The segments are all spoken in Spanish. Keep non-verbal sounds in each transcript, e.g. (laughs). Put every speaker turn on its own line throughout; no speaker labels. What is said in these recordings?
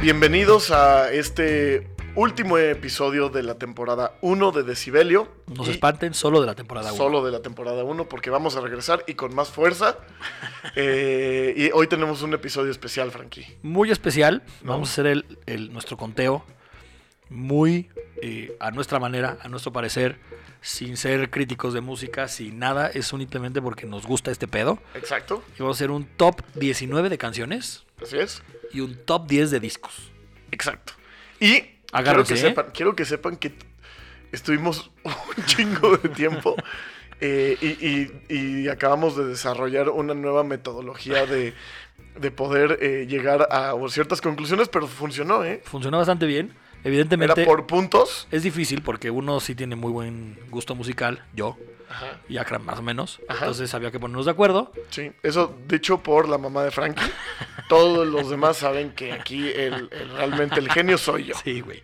Bienvenidos a este último episodio de la temporada 1 de Decibelio.
Nos
Y
espanten solo de la temporada 1.
Eh, Solo de la temporada 1 porque vamos a regresar y con más
(laughs)
fuerza. Eh, y hoy tenemos un episodio especial, Frankie.
Muy especial.
No.
Vamos a hacer el, el- nuestro conteo muy eh, a nuestra manera, a nuestro parecer, sin ser críticos de música, sin nada. Es únicamente porque nos gusta este pedo.
Exacto,
Y vamos a hacer un top 19 de canciones
así es.
y un top 10 de discos.
Exacto. Y quiero
Agárrense,
que,
¿eh?
sepan, quiero que sepan que estuvimos (laughs) un chingo de tiempo eh, y, y- y acabamos de desarrollar una nueva metodología de, de poder eh, llegar a ciertas conclusiones, pero funcionó, ¿eh?
Funciona bastante bien.
Era
Evidentemente
por puntos.
es difícil porque uno sí tiene muy buen gusto musical, yo
Ajá.
y Akram más o menos.
Ajá.
Entonces había que ponernos de acuerdo.
Sí, eso dicho por la mamá de Frankie. Todos los demás saben que aquí el, el- realmente el genio soy yo.
Sí, güey.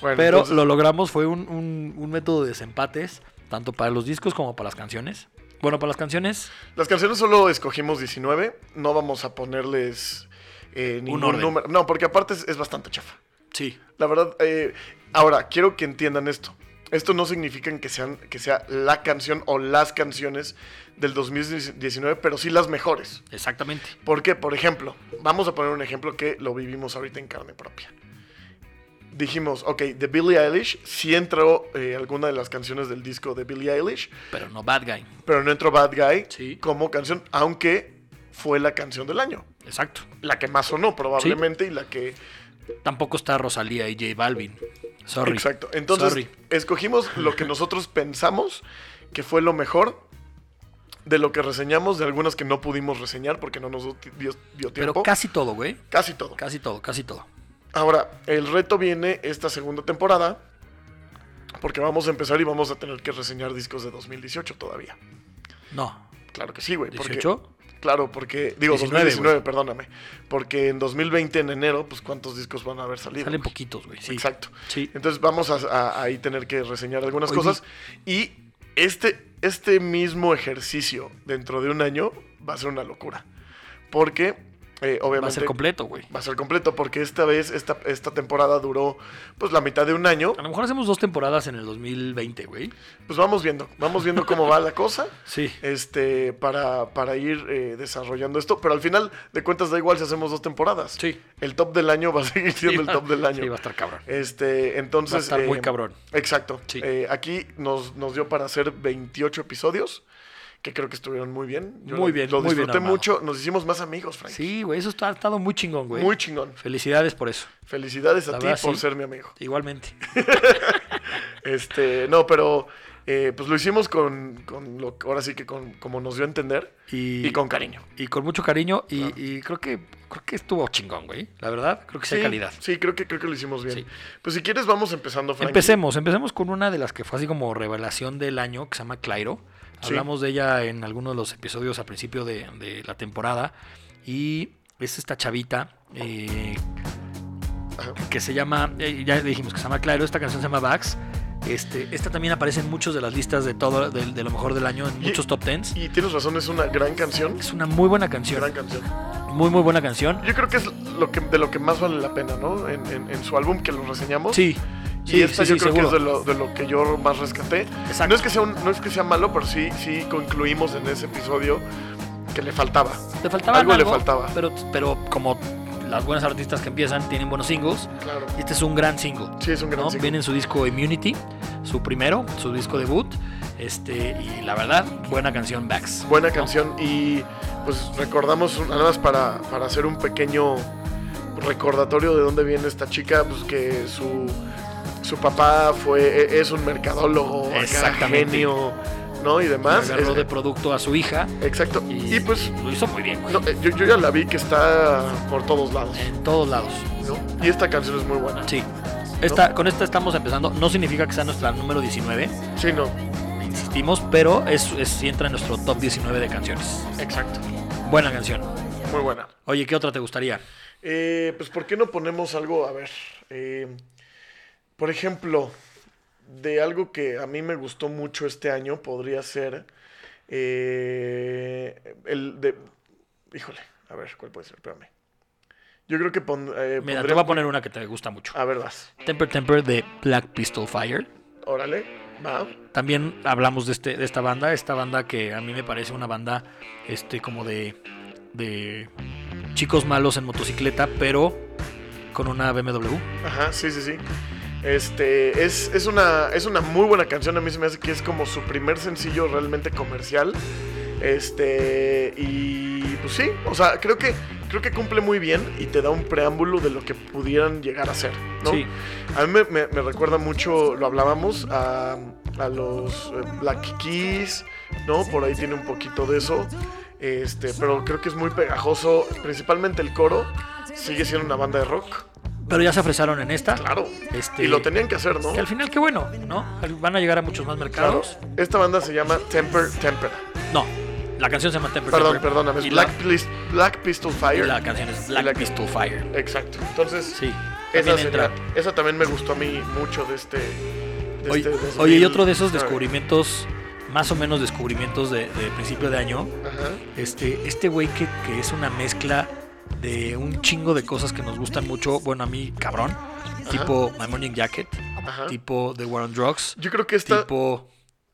Bueno,
Pero
entonces,
lo logramos, fue un, un- un método de desempates, tanto para los discos como para las canciones. Bueno, para las canciones,
Las canciones solo escogimos 19. No vamos a ponerles eh, ningún
orden.
número. No, porque aparte es, es bastante chafa.
sí.
La verdad, eh, ahora, quiero que entiendan esto. Esto no significa que, sean, que sea la canción o las canciones del 2019, pero sí las mejores.
Exactamente.
Porque, por ejemplo, vamos a poner un ejemplo que lo vivimos ahorita en carne propia. Dijimos, ok, de Billie Eilish sí entró eh, alguna de las canciones del disco de Billie Eilish,
Pero no Bad Guy.
pero no entró Bad Guy
Sí.
como canción, aunque fue la canción del año.
Exacto.
La que más sonó probablemente y la que...
Tampoco está Rosalía y J Balvin. Sorry.
Exacto. Entonces,
Sorry.
escogimos lo que nosotros pensamos que fue lo mejor de lo que reseñamos, de algunas que no pudimos reseñar porque no nos dio, dio
Pero
tiempo.
casi todo, güey.
casi todo.
Casi todo, casi todo.
Ahora, el reto viene esta segunda temporada. Porque vamos a empezar y vamos a tener que reseñar discos de 2018 todavía.
No.
Claro que sí, güey. porque-
¿18?
Claro, porque. Digo,
19,
2019, perdóname. Porque en 2020, en enero, pues cuántos discos van a haber salido.
Salen
güey?
poquitos, güey. Sí.
Exacto.
Sí.
Entonces vamos a, a- ahí tener que reseñar algunas
Hoy
cosas. Y este, este mismo ejercicio dentro de un año va a ser una locura. Porque, eh, obviamente.
Va a ser completo, güey.
Va a ser completo porque esta vez, esta, esta temporada duró pues la mitad de un año.
A lo mejor hacemos dos temporadas en el 2020, güey.
Pues vamos viendo, vamos viendo cómo va la cosa.
Sí.
Este, para, para ir eh, desarrollando esto. Pero al final de cuentas da igual si hacemos dos temporadas.
Sí.
El top del año va a seguir siendo el top del año.
Sí, va a estar cabrón.
Este, entonces.
Va a estar muy cabrón.
Exacto.
Sí.
Eh, aquí nos, nos dio para hacer 28 episodios, que creo que estuvieron muy bien. lo-
Muy bien,
Lo
muy bien
disfruté
armado.
mucho. Nos hicimos más amigos, Frank.
Sí, güey. Eso está, ha estado muy chingón, güey.
Muy chingón.
Felicidades por eso.
Felicidades a
La
ti
verdad,
por
sí.
ser mi amigo.
Igualmente.
Este, no, pero eh, pues lo hicimos con, con lo ahora sí que con, como nos dio a entender y,
Y,
con cariño.
y con mucho cariño y,
Claro.
y creo que creo que estuvo chingón, güey. La verdad, creo que sí, hay calidad.
Sí, creo que creo que lo hicimos bien.
Sí.
Pues si quieres vamos empezando, Frank.
Empecemos, empecemos con una de las que fue así como revelación del año, que se llama Clairo.
Sí.
Hablamos de ella en algunos de los episodios al principio de, de la temporada. Y es esta chavita eh,
Ajá.
que se llama, eh, ya dijimos que se llama Clairo, esta canción se llama Vax. Este, esta también aparece en muchas de las listas de todo, de, de lo mejor del año, en
Y-
muchos top tens.
Y tienes razón, es una gran canción,
Es una muy buena canción,
gran canción.
muy muy buena canción.
Yo creo que es lo que de lo que más vale la pena, ¿no? En, en- en su álbum que lo reseñamos.
Sí,
Y
sí,
esta
sí,
yo
sí,
creo
seguro.
que es de lo, de lo que yo más rescaté.
Exacto.
No es que sea un- no es que sea malo, pero sí sí concluimos en ese episodio que le faltaba.
Le faltaba
Algo
algo,
le faltaba.
Pero, pero como las buenas artistas que empiezan tienen buenos singles,
Claro.
y este es un gran single.
Sí, es un gran
¿no?
single.
Viene en su disco Immunity, su primero, su disco debut. Este, y la verdad, buena canción Backs.
Buena canción y pues recordamos un- nada más para, para hacer un pequeño recordatorio de dónde viene esta chica, pues que su, su papá fue, e- es un mercadólogo, acá,
Exactamente.
genio, ¿no? Y demás.
agarró
Es- eh,
de producto a su hija
exacto.
y,
Y pues
lo hizo muy bien, güey.
no, eh, yo, yo ya la vi que está por todos lados,
En todos lados.
¿no? Y esta canción es muy buena.
Sí. Esta, Con esta estamos empezando. No significa que sea nuestra número 19,
Sí, no.
insistimos, pero es, es- sí entra en nuestro top 19 de canciones.
Exacto.
Buena canción.
Muy buena.
Oye, ¿qué otra te gustaría?
Eh, pues, ¿por qué no ponemos algo? A ver. eh, por ejemplo, de algo que a mí me gustó mucho este año podría ser. eh, el de. Híjole, a ver, ¿cuál puede ser? Espérame. Yo creo que pon, eh,
Mira,
pondré-
te voy a poner una que te gusta mucho.
A ver, vas.
Temper Temper de Black Pistol Fire.
Órale, va.
También hablamos de, este, de esta banda, esta banda que a mí me parece una banda este, como de, de chicos malos en motocicleta, pero con una BMW.
Ajá, sí, sí, sí. Este, es, es, una, es una muy buena canción, a mí se me hace que es como su primer sencillo realmente comercial. Este, y pues sí, o sea, creo que, creo que cumple muy bien y te da un preámbulo de lo que pudieran llegar a ser, ¿no?
Sí,
A mí me, me- me recuerda mucho, lo hablábamos, a, a los eh, Black Keys, ¿no? Por ahí tiene un poquito de eso. Este, pero creo que es muy pegajoso, principalmente el coro. Sigue siendo una banda de rock,
pero ya se ofrecieron en esta.
claro.
Este,
Y lo tenían que hacer, ¿no?
que al final, qué bueno, ¿no? Van a llegar a muchos más
Claro.
mercados.
Esta banda se llama Temper Temper.
No, la canción se llama Temper
Perdón,
Temper.
perdóname, es
Y
Black,
la-
Plis- Black Pistol
y
Fire.
la, canción es
Y
Black
la-
Pistol Fire.
Exacto. Entonces,
Sí,
esa,
también
sería-
entra.
esa también me gustó a mí mucho de este. de
Oye,
este 2000.
oye, y otro de esos
A ver.
descubrimientos, más o menos descubrimientos de, de principio de año,
Ajá.
este este güey que, que es una mezcla de un chingo de cosas que nos gustan mucho, bueno, a mí, cabrón, tipo My Morning Jacket,
Ajá.
tipo The War on Drugs,
Yo creo que esta.
tipo,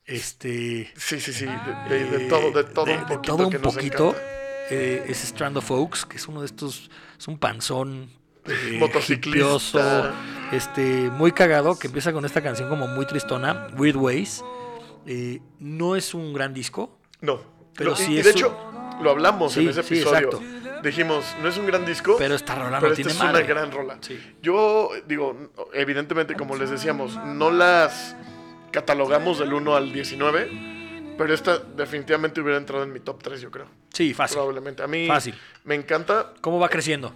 este...
Sí, sí, sí. De, de- de todo, de todo
de-
un
de
poquito.
todo un
que nos
poquito,
encanta.
eh, es Strand of Oaks, que es uno de estos, es un panzón eh,
Motociclista.
hippioso, este, muy cagado, que empieza con esta canción como muy tristona, Weird Ways. Eh, no es un gran disco,
No.
Pero
Lo- y-
sí
y
es
de
un-
hecho, lo hablamos en
Sí,
ese
sí,
episodio.
exacto.
Dijimos, no es un gran disco,
pero esta
pero
rola Ah, no
esta
tiene
es
madre.
una gran rola.
Sí.
Yo digo, evidentemente, como les decíamos, no las catalogamos del 1 al 19, pero esta definitivamente hubiera entrado en mi top 3, yo creo.
Sí, fácil.
Probablemente. A mí
Fácil.
me encanta.
¿Cómo va creciendo?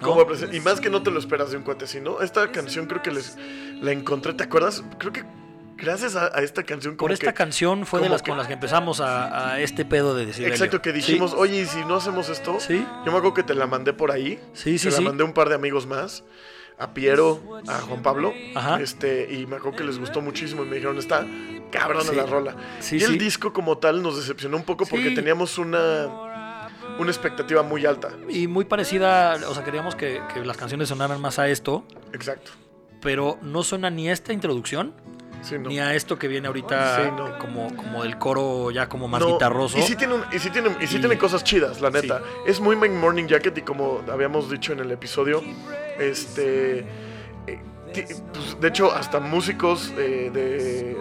¿No?
cómo presen- y más que no te lo esperas de un cuate, sino esta canción creo que les la encontré, ¿te acuerdas? Creo que gracias a, a esta canción como
Por esta
que-
canción fue de
como
las
que-
con las que empezamos a, a este pedo de decir.
Exacto, que dijimos, "Oh, oye, ¿y si no hacemos esto?
Sí.
Yo me acuerdo que te la mandé por ahí.
Sí, sí,
Se la
sí.
mandé a un par de amigos más. A Piero, a Juan Pablo.
Ajá.
Este, y me acuerdo que les gustó muchísimo y me dijeron, está cabrona
Sí.
la rola.
Sí,
y el
sí.
disco como tal nos decepcionó un poco porque
Sí.
teníamos una, una expectativa muy alta.
Y muy parecida, o sea, queríamos que, que las canciones sonaran más a esto,
Exacto.
pero no suena ni a esta introducción,
Sí, no.
ni a esto que viene ahorita
Sí, no.
como, como el coro ya como más
No,
guitarroso.
Y sí tiene, un- y sí tiene, y sí
Y-
tiene cosas chidas, la
Sí.
neta. Es muy My Morning Jacket y como habíamos dicho en el episodio, este... eh, ti- pues, de hecho, hasta músicos eh, de,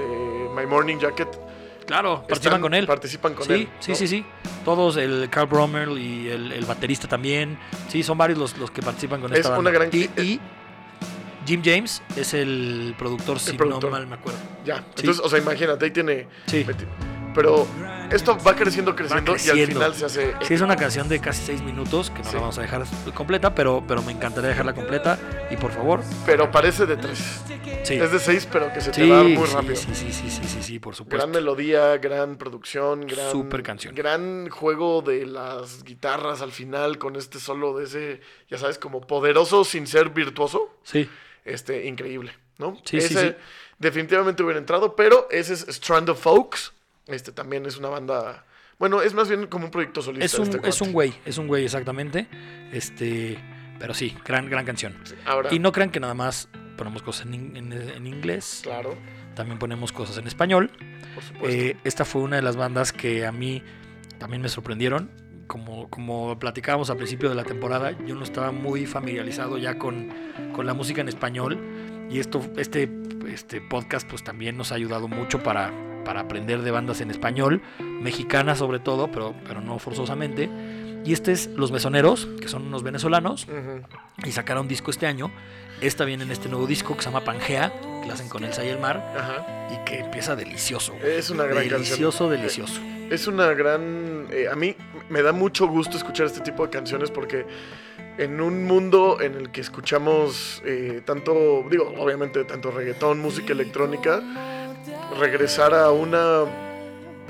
de My Morning Jacket
claro, participan
están-
con él.
participan con
sí,
él.
sí,
¿no?
sí, sí. Todos, el Carl Brommer y el, el baterista también. Sí, son varios los, los que participan con
Es
esta
una
banda.
gran-
y, y Jim James es el productor, si
productor.
no mal me acuerdo.
Ya.
Sí.
Entonces, o sea, imagínate, ahí tiene...
Sí.
meti- Pero esto va creciendo, creciendo, y al
creciendo.
final se hace...
Sí, es una canción de casi seis minutos que no
Sí.
la vamos a dejar completa, pero, pero me encantaría dejarla completa. Y por favor,
Pero parece de tres.
sí.
Es de seis, pero que se te
sí,
va a dar muy
sí,
rápido.
Sí, sí, sí, sí, sí, sí, por supuesto.
Gran melodía, gran producción, gran.
Súper canción.
Gran juego de las guitarras al final con este solo de ese, ya sabes, como poderoso sin ser virtuoso.
Sí,
Este, increíble, ¿no?
Sí, sí,
Ese
sí.
Definitivamente hubiera entrado, pero ese es Strand of Folks. Este también es una banda. Bueno, es más bien como un proyecto solista.
es un,
este
es
cuate.
un güey, es un güey exactamente. Este, pero sí, gran, gran canción.
Sí, Ahora,
Y no crean que nada más ponemos cosas en, in- en- en inglés,
claro,
también ponemos cosas en español.
por supuesto.
Eh, esta fue una de las bandas que a mí también me sorprendieron. Como, como platicábamos al principio de la temporada, yo no estaba muy familiarizado ya con, con la música en español y esto, este, este podcast pues también nos ha ayudado mucho para, para aprender de bandas en español, mexicanas sobre todo, pero, pero no forzosamente. Y este es Los Mesoneros, que son unos venezolanos,
Ujú.
y sacaron disco este año. Esta viene en este nuevo disco que se llama Pangea, que la hacen con Elsa y el Mar,
Ajá.
y que empieza delicioso. güey.
Es una gran
Delicioso,
canción. Eh,
delicioso.
Es una gran... eh, a mí me da mucho gusto escuchar este tipo de canciones porque en un mundo en el que escuchamos eh, tanto, digo, obviamente tanto reggaetón, música electrónica, regresar a una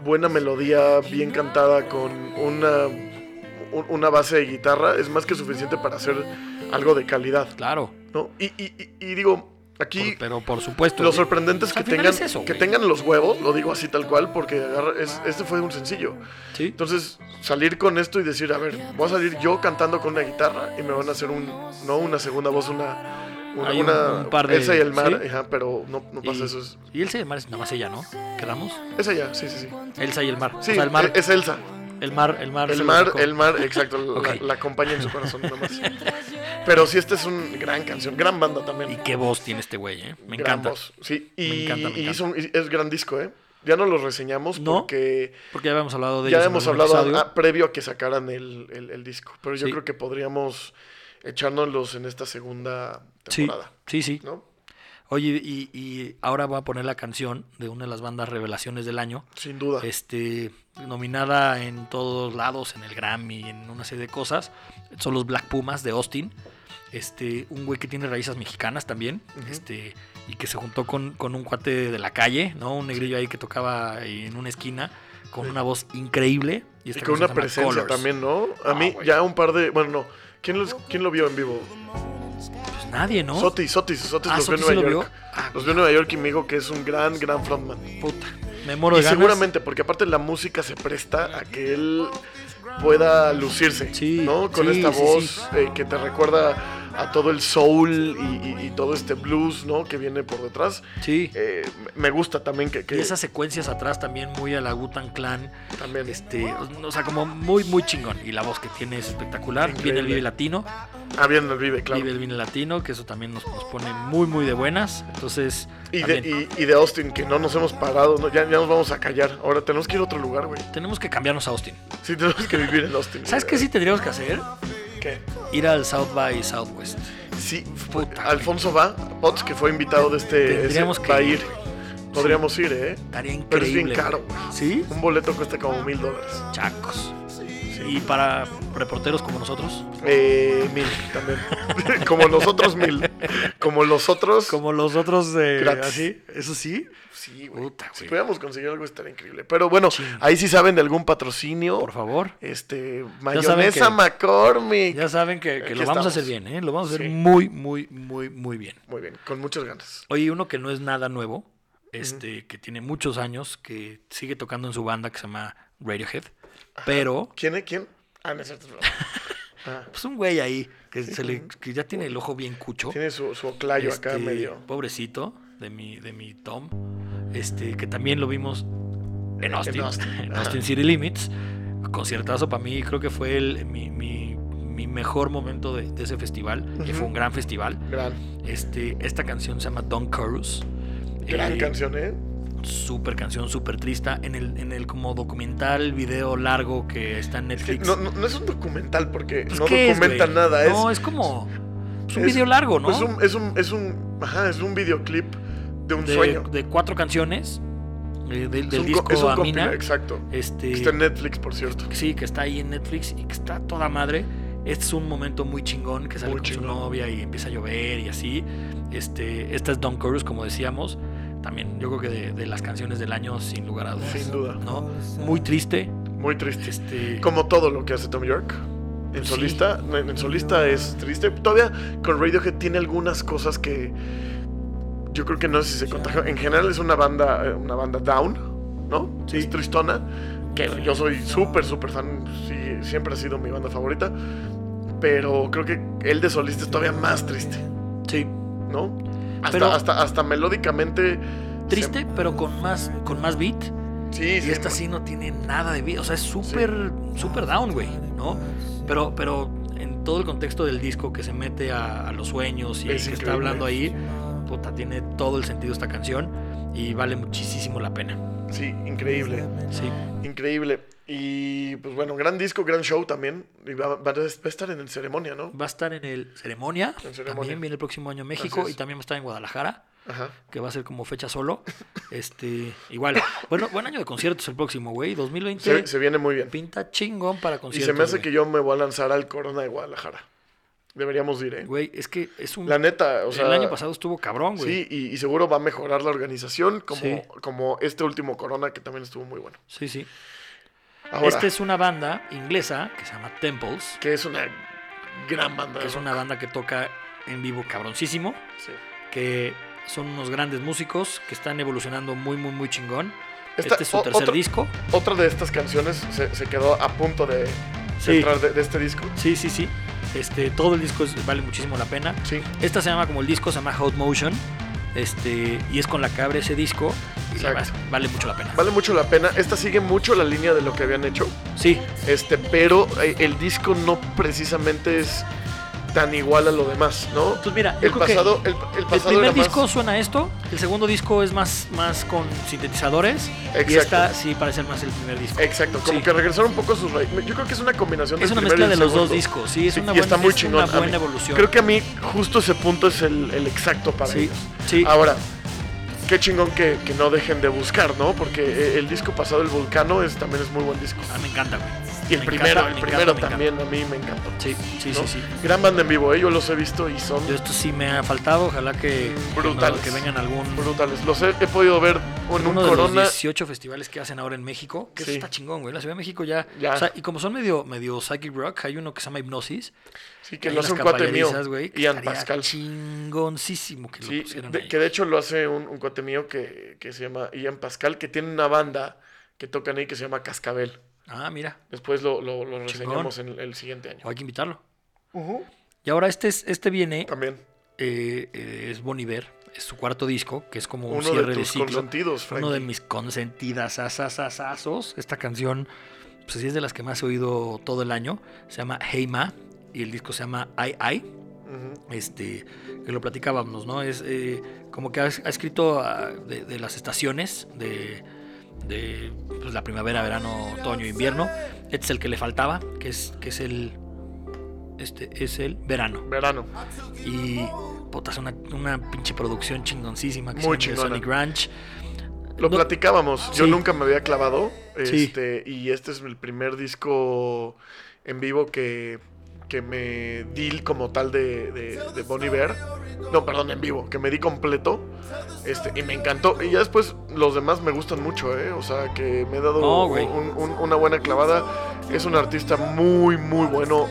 buena melodía bien cantada con una, un- una base de guitarra es más que suficiente para hacer algo de calidad,
Claro.
¿no? Y, y- y- y digo, Aquí
Por- pero por supuesto.
lo sorprendente es
Al
que
final
tengan,
es eso,
que
güey.
tengan los huevos, lo digo así tal cual, porque agarra- es- este fue un sencillo.
Sí.
Entonces, salir con esto y decir, a ver, voy a salir yo cantando con una guitarra y me van a hacer un, no una segunda voz, una, una,
Hay un-
una-
un par de-
Elsa y el mar,
¿sí?
ajá, pero no, no pasa
Y-
eso. Es,
Y Elsa y el mar es nada más ella, ¿no? ¿Quedamos?
esa ya, sí, sí, sí.
Elsa y el mar.
Sí,
o sea, el mar.
es Elsa.
el mar, el mar. se
El
lo
mar,
sacó.
el mar, exacto, la-
(laughs) Ok.
la, acompaña en su corazón nada más. Pero sí, esta es una gran canción, gran banda también.
Y qué voz tiene este güey, ¿eh? Me
Gran
encanta.
voz, Sí, y,
Me encanta, me
y hizo un- es gran disco, ¿eh? Ya no lo reseñamos
¿No?
porque
Porque ya habíamos hablado de
ya
ellos en
hemos
algún
hablado
episodio.
ah, previo a que sacaran el, el- el disco. Pero yo
Sí.
creo que podríamos echárnoslos en esta segunda
Sí,
temporada,
sí, sí.
¿no?
Oye, y, y ahora voy a poner la canción de una de las bandas revelaciones del año.
Sin duda.
Este, nominada en todos lados, en el Grammy, en una serie de cosas. Son los Black Pumas de Austin. Este, un güey que tiene raíces mexicanas también.
Ujú.
Este, y que se juntó con, con un cuate de la calle, ¿no? Un negrillo ahí que tocaba en una esquina con
Sí.
una voz increíble. Y,
Y
esta
con una
canción se llama
presencia
Colors.
también, ¿no? A
Ah,
mí
güey.
ya un par de... Bueno, no. ¿Quién, los- quién lo vio en vivo?
Pues nadie, ¿no?
Sotis, Sotis, Sotis
Ah,
los vio en
Sotis sí
Nueva
lo
York.
vio. Ah,
Los vio en Nueva York y me dijo que es un gran, gran frontman.
Puta. Me muero de
y
ganas.
seguramente, porque aparte la música se presta a que él pueda lucirse,
Sí,
¿no? Con
sí,
esta
sí,
voz
sí.
eh, que te recuerda a todo el soul y, y- y todo este blues, ¿no? Que viene por detrás.
Sí.
Eh, me- me gusta también que... que
Y esas secuencias atrás también muy a la Gutan Clan.
también.
Este, o sea, como muy, muy chingón. Y la voz que tiene es espectacular. Viene el
Increíble.
Vive Latino.
Ah, bien, el vive, claro.
Vive el Vive Latino, que eso también nos, nos pone muy, muy de buenas. Entonces,
Y de,
también,
y, y de Austin, que no nos hemos parado, ¿no? ya, ya nos vamos a callar. Ahora tenemos que ir a otro lugar, güey.
tenemos que cambiarnos a Austin.
Sí, (laughs) tenemos que vivir en Austin.
¿Sabes qué
güey.
sí tendríamos que hacer?
¿Qué?
Ir al South by Southwest.
Sí,
Puta,
fue-
güey.
Alfonso va, Potts, que fue invitado de este...
Tendríamos
ese-
que
va a
ir,
ir. Podríamos ir, ¿eh?
Estaría increíble.
Pero es bien
güey.
caro, güey.
¿Sí?
Un boleto cuesta como mil dólares.
Chacos. Y para reporteros como nosotros.
Eh, mil también. (laughs) como nosotros mil. Como los otros.
Como los otros de.
Gratis.
Así, eso sí.
Sí, güey.
Puta,
Si
güey.
pudiéramos conseguir algo estaría increíble. Pero bueno, ahí sí saben de algún
Por
patrocinio.
favor.
Este,
saben que-
mayonesa McCormick.
Ya saben que, que
Aquí
lo vamos a
estamos.
hacer bien, ¿eh? Lo vamos a hacer
Sí.
muy, muy, muy, muy bien.
Muy bien, con muchas ganas.
Oye, uno que no es nada nuevo, este, que tiene muchos años, que sigue tocando en su banda que se llama Radiohead, pero
¿Quién es quién? Ah, no es cierto. es
(laughs)
broma. Ah,
pues un güey ahí que se le, que ya tiene el ojo bien cucho,
tiene su, su oclayo acá
este,
medio.
pobrecito de mi, de mi Tom, este, que también lo vimos en
En
Austin, (laughs) en Austin,
Austin, ajá.
City Limits, conciertazo para mí, creo que fue el, mi, mi- mi mejor momento de, de ese festival, que fue
Ujú.
un gran festival.
Gran,
Este, esta canción se llama Don Chorus.
gran canción, ¿eh?
Super canción, súper triste. En el, en el como documental, video largo que está en
Es que
Netflix.
no, no, no es un documental porque
Pues,
no
¿qué es,
documenta
güey?
nada. es
No, es como pues, un
es-
video largo, ¿no?
Pues es un, es un, es un, ajá, es un videoclip de un
de,
sueño.
de cuatro canciones eh, del-
Es
del
un co- es
disco
un
Amina.
compila- exacto.
Este,
Está en Netflix, por cierto.
sí, que está ahí en Netflix y que está toda madre. Este es un momento muy chingón que sale
Muy
con su
chingón.
novia y empieza a llover y así. Este, esta es Don Chorus, como decíamos. También yo creo que de, de las canciones del año, sin lugar a dudas.
Sin duda.
¿no? Muy triste.
Muy triste.
Este,
Como todo lo que hace Tom York. En
Sí.
solista, en en solista es triste. Todavía con Radiohead tiene algunas cosas que yo creo que no sé si se contagió. En general es una banda, eh, una banda down, ¿no? Es tristona. Que yo soy súper, súper fan. Sí, siempre ha sido mi banda favorita. Pero creo que el de solista es todavía más triste,
sí,
¿no? Hasta,
Pero-
hasta, hasta melódicamente. se-
triste, pero con más, con más beat.
Sí,
Y
sí.
esta sí no tiene nada de beat. O sea, es súper, súper down, güey, ¿no? Pero, pero en todo el contexto del disco que se mete a, a los sueños
Es
y que está
increíble.
hablando ahí, puta, tiene todo el sentido esta canción y vale muchísimo la pena.
Sí, increíble.
Sí,
Increíble. Y pues bueno, gran disco, gran show también. Y va, va a estar en el ceremonia, ¿no?
va a estar en el Ceremonia.
En Ceremonia.
También viene el próximo año a México
Así
y
es.
también va a estar en Guadalajara.
Ajá.
que va a ser como fecha solo. Este, igual. Bueno, buen año de conciertos el próximo, güey. 2020
Se, se viene muy bien.
pinta chingón para
Y
conciertos.
se me hace
güey.
que yo me voy a lanzar al Corona de Guadalajara. Deberíamos ir, ¿eh?
Güey, es que es un.
La neta, o sea.
el año pasado estuvo cabrón, güey.
Sí, y, y seguro va a mejorar la organización, como,
Sí.
como este último Corona que también estuvo muy bueno.
Sí, sí.
Ahora,
Esta Este es una banda inglesa que se llama Temples,
que es una gran banda.
que es
¿no?
una banda que toca en vivo cabroncísimo.
Sí.
que son unos grandes músicos que están evolucionando muy, muy, muy chingón.
Esta-
este es su
o-
tercer
otra-
disco.
Otra de estas canciones se, se quedó a punto de, de
Sí.
entrar de, de este disco.
Sí, sí, sí. Este, todo el disco es- vale muchísimo la pena.
Sí.
Esta se llama como el disco, se llama Hot Motion. Este, y es con la que abre ese disco. Y la
Exacto.
verdad, vale mucho la pena.
Vale mucho la pena. Esta sigue mucho la línea de lo que habían hecho.
Sí,
Este, pero eh, el disco no precisamente es tan igual a lo demás, ¿no?
pues mira, yo
El
creo que
pasado, el, el
el
pasado era
primer
más-
disco suena a esto, el segundo disco es más, más con sintetizadores. Y
Exacto.
esta sí parece más el primer disco.
Exacto, como
Sí.
que regresaron un poco a sus raíces. Yo creo que es una combinación
Es
del
una
primero
mezcla
y
de
el
los dos
segundo.
discos, sí, es
Sí,
una
y
buena,
está muy
es
chingón.
una
A mí-
buena evolución.
Creo que a mí justo ese punto es el, el exacto para
sí,
ellos. Ah,
sí,
Ahora, qué chingón que, que no dejen de buscar, ¿no? Porque eh, el disco pasado, El Vulcano, es, también es muy buen disco.
Ah, me encanta, güey.
Y el
me
primero,
encanta,
el
me
primero
encanta, me
también a mí me encantó.
Sí, sí,
¿no?
sí, sí.
Gran banda en vivo, ¿eh? yo los he visto y son
Yo esto sí me ha faltado, ojalá que, que no-
Brutales.
que vengan algún
brutales. Los he, he podido ver en un
uno de
Corona.
los 18 festivales que hacen ahora en México, que eso
Sí.
está chingón, güey. La Ciudad de México ya,
Ya.
o sea, y como son medio medio psychic rock, hay uno que se llama Hipnosis,
Sí, que
hay
lo hace un
unas
cuate mío.
campanillas, güey, que
Ian
estaría
Pascal.
Chingoncísimo que
Sí,
lo pusieran
de-
ahí.
que de hecho lo hace un, un cuate mío que, que se llama Ian Pascal, que tiene una banda que tocan ahí que se llama Cascabel.
Ah, mira,
Después lo, lo, lo reseñamos en el- el siguiente año.
o hay que invitarlo. Y ahora este es, este viene
También.
eh, eh, es Boniver, es su cuarto disco, que es como un
Uno
cierre
de
de,
tus
ciclo.
consentidos, Frankie.
Uno de mis consentidas asasasazos. Esta canción, pues sí es de las que más he oído todo el año. Se llama Hey Ma y el disco se llama I I.
Ujú.
Este, que lo platicábamos, ¿no? Es eh, como que ha, ha escrito ah, de, de las estaciones de, de, pues, la primavera, verano, otoño, invierno. Este es el que le faltaba, que es, que es el. Este es el verano.
Verano.
Y puta, es una, una pinche producción chingoncísima que
Muy
se llama
chingona.
Sonic Ranch.
Lo
No-
platicábamos. Yo
Sí.
nunca me había clavado.
Sí.
Este, Y este es el primer disco en vivo que, que me di como tal de, de, de Bon Iver. No, perdón, en vivo. Que me di completo. Este, y me encantó. Y ya después los demás me gustan mucho, ¿eh? O sea, que me he dado
No, güey.
un- un- una buena clavada. Es un artista muy, muy bueno.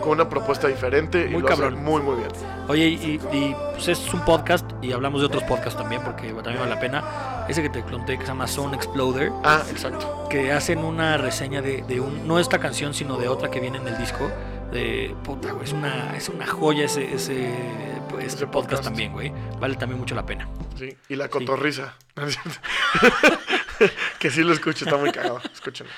Con una propuesta diferente.
Muy
y lo hace
cabrón.
muy, muy bien.
Oye, y, y, pues es un podcast y hablamos de otros podcasts también porque también vale la pena. Ese que te conté que se llama Zone Exploder,
Ah, exacto.
que hacen una reseña de, de un, no esta canción, sino de otra que viene en el disco. De, puta, güey, es una, es una joya ese, ese, pues, este
Ese
podcast,
podcast.
también, güey. Vale también mucho la pena.
Sí, y la cotorriza.
(laughs)
que sí lo escucho, está muy cagado. Escúchenlo.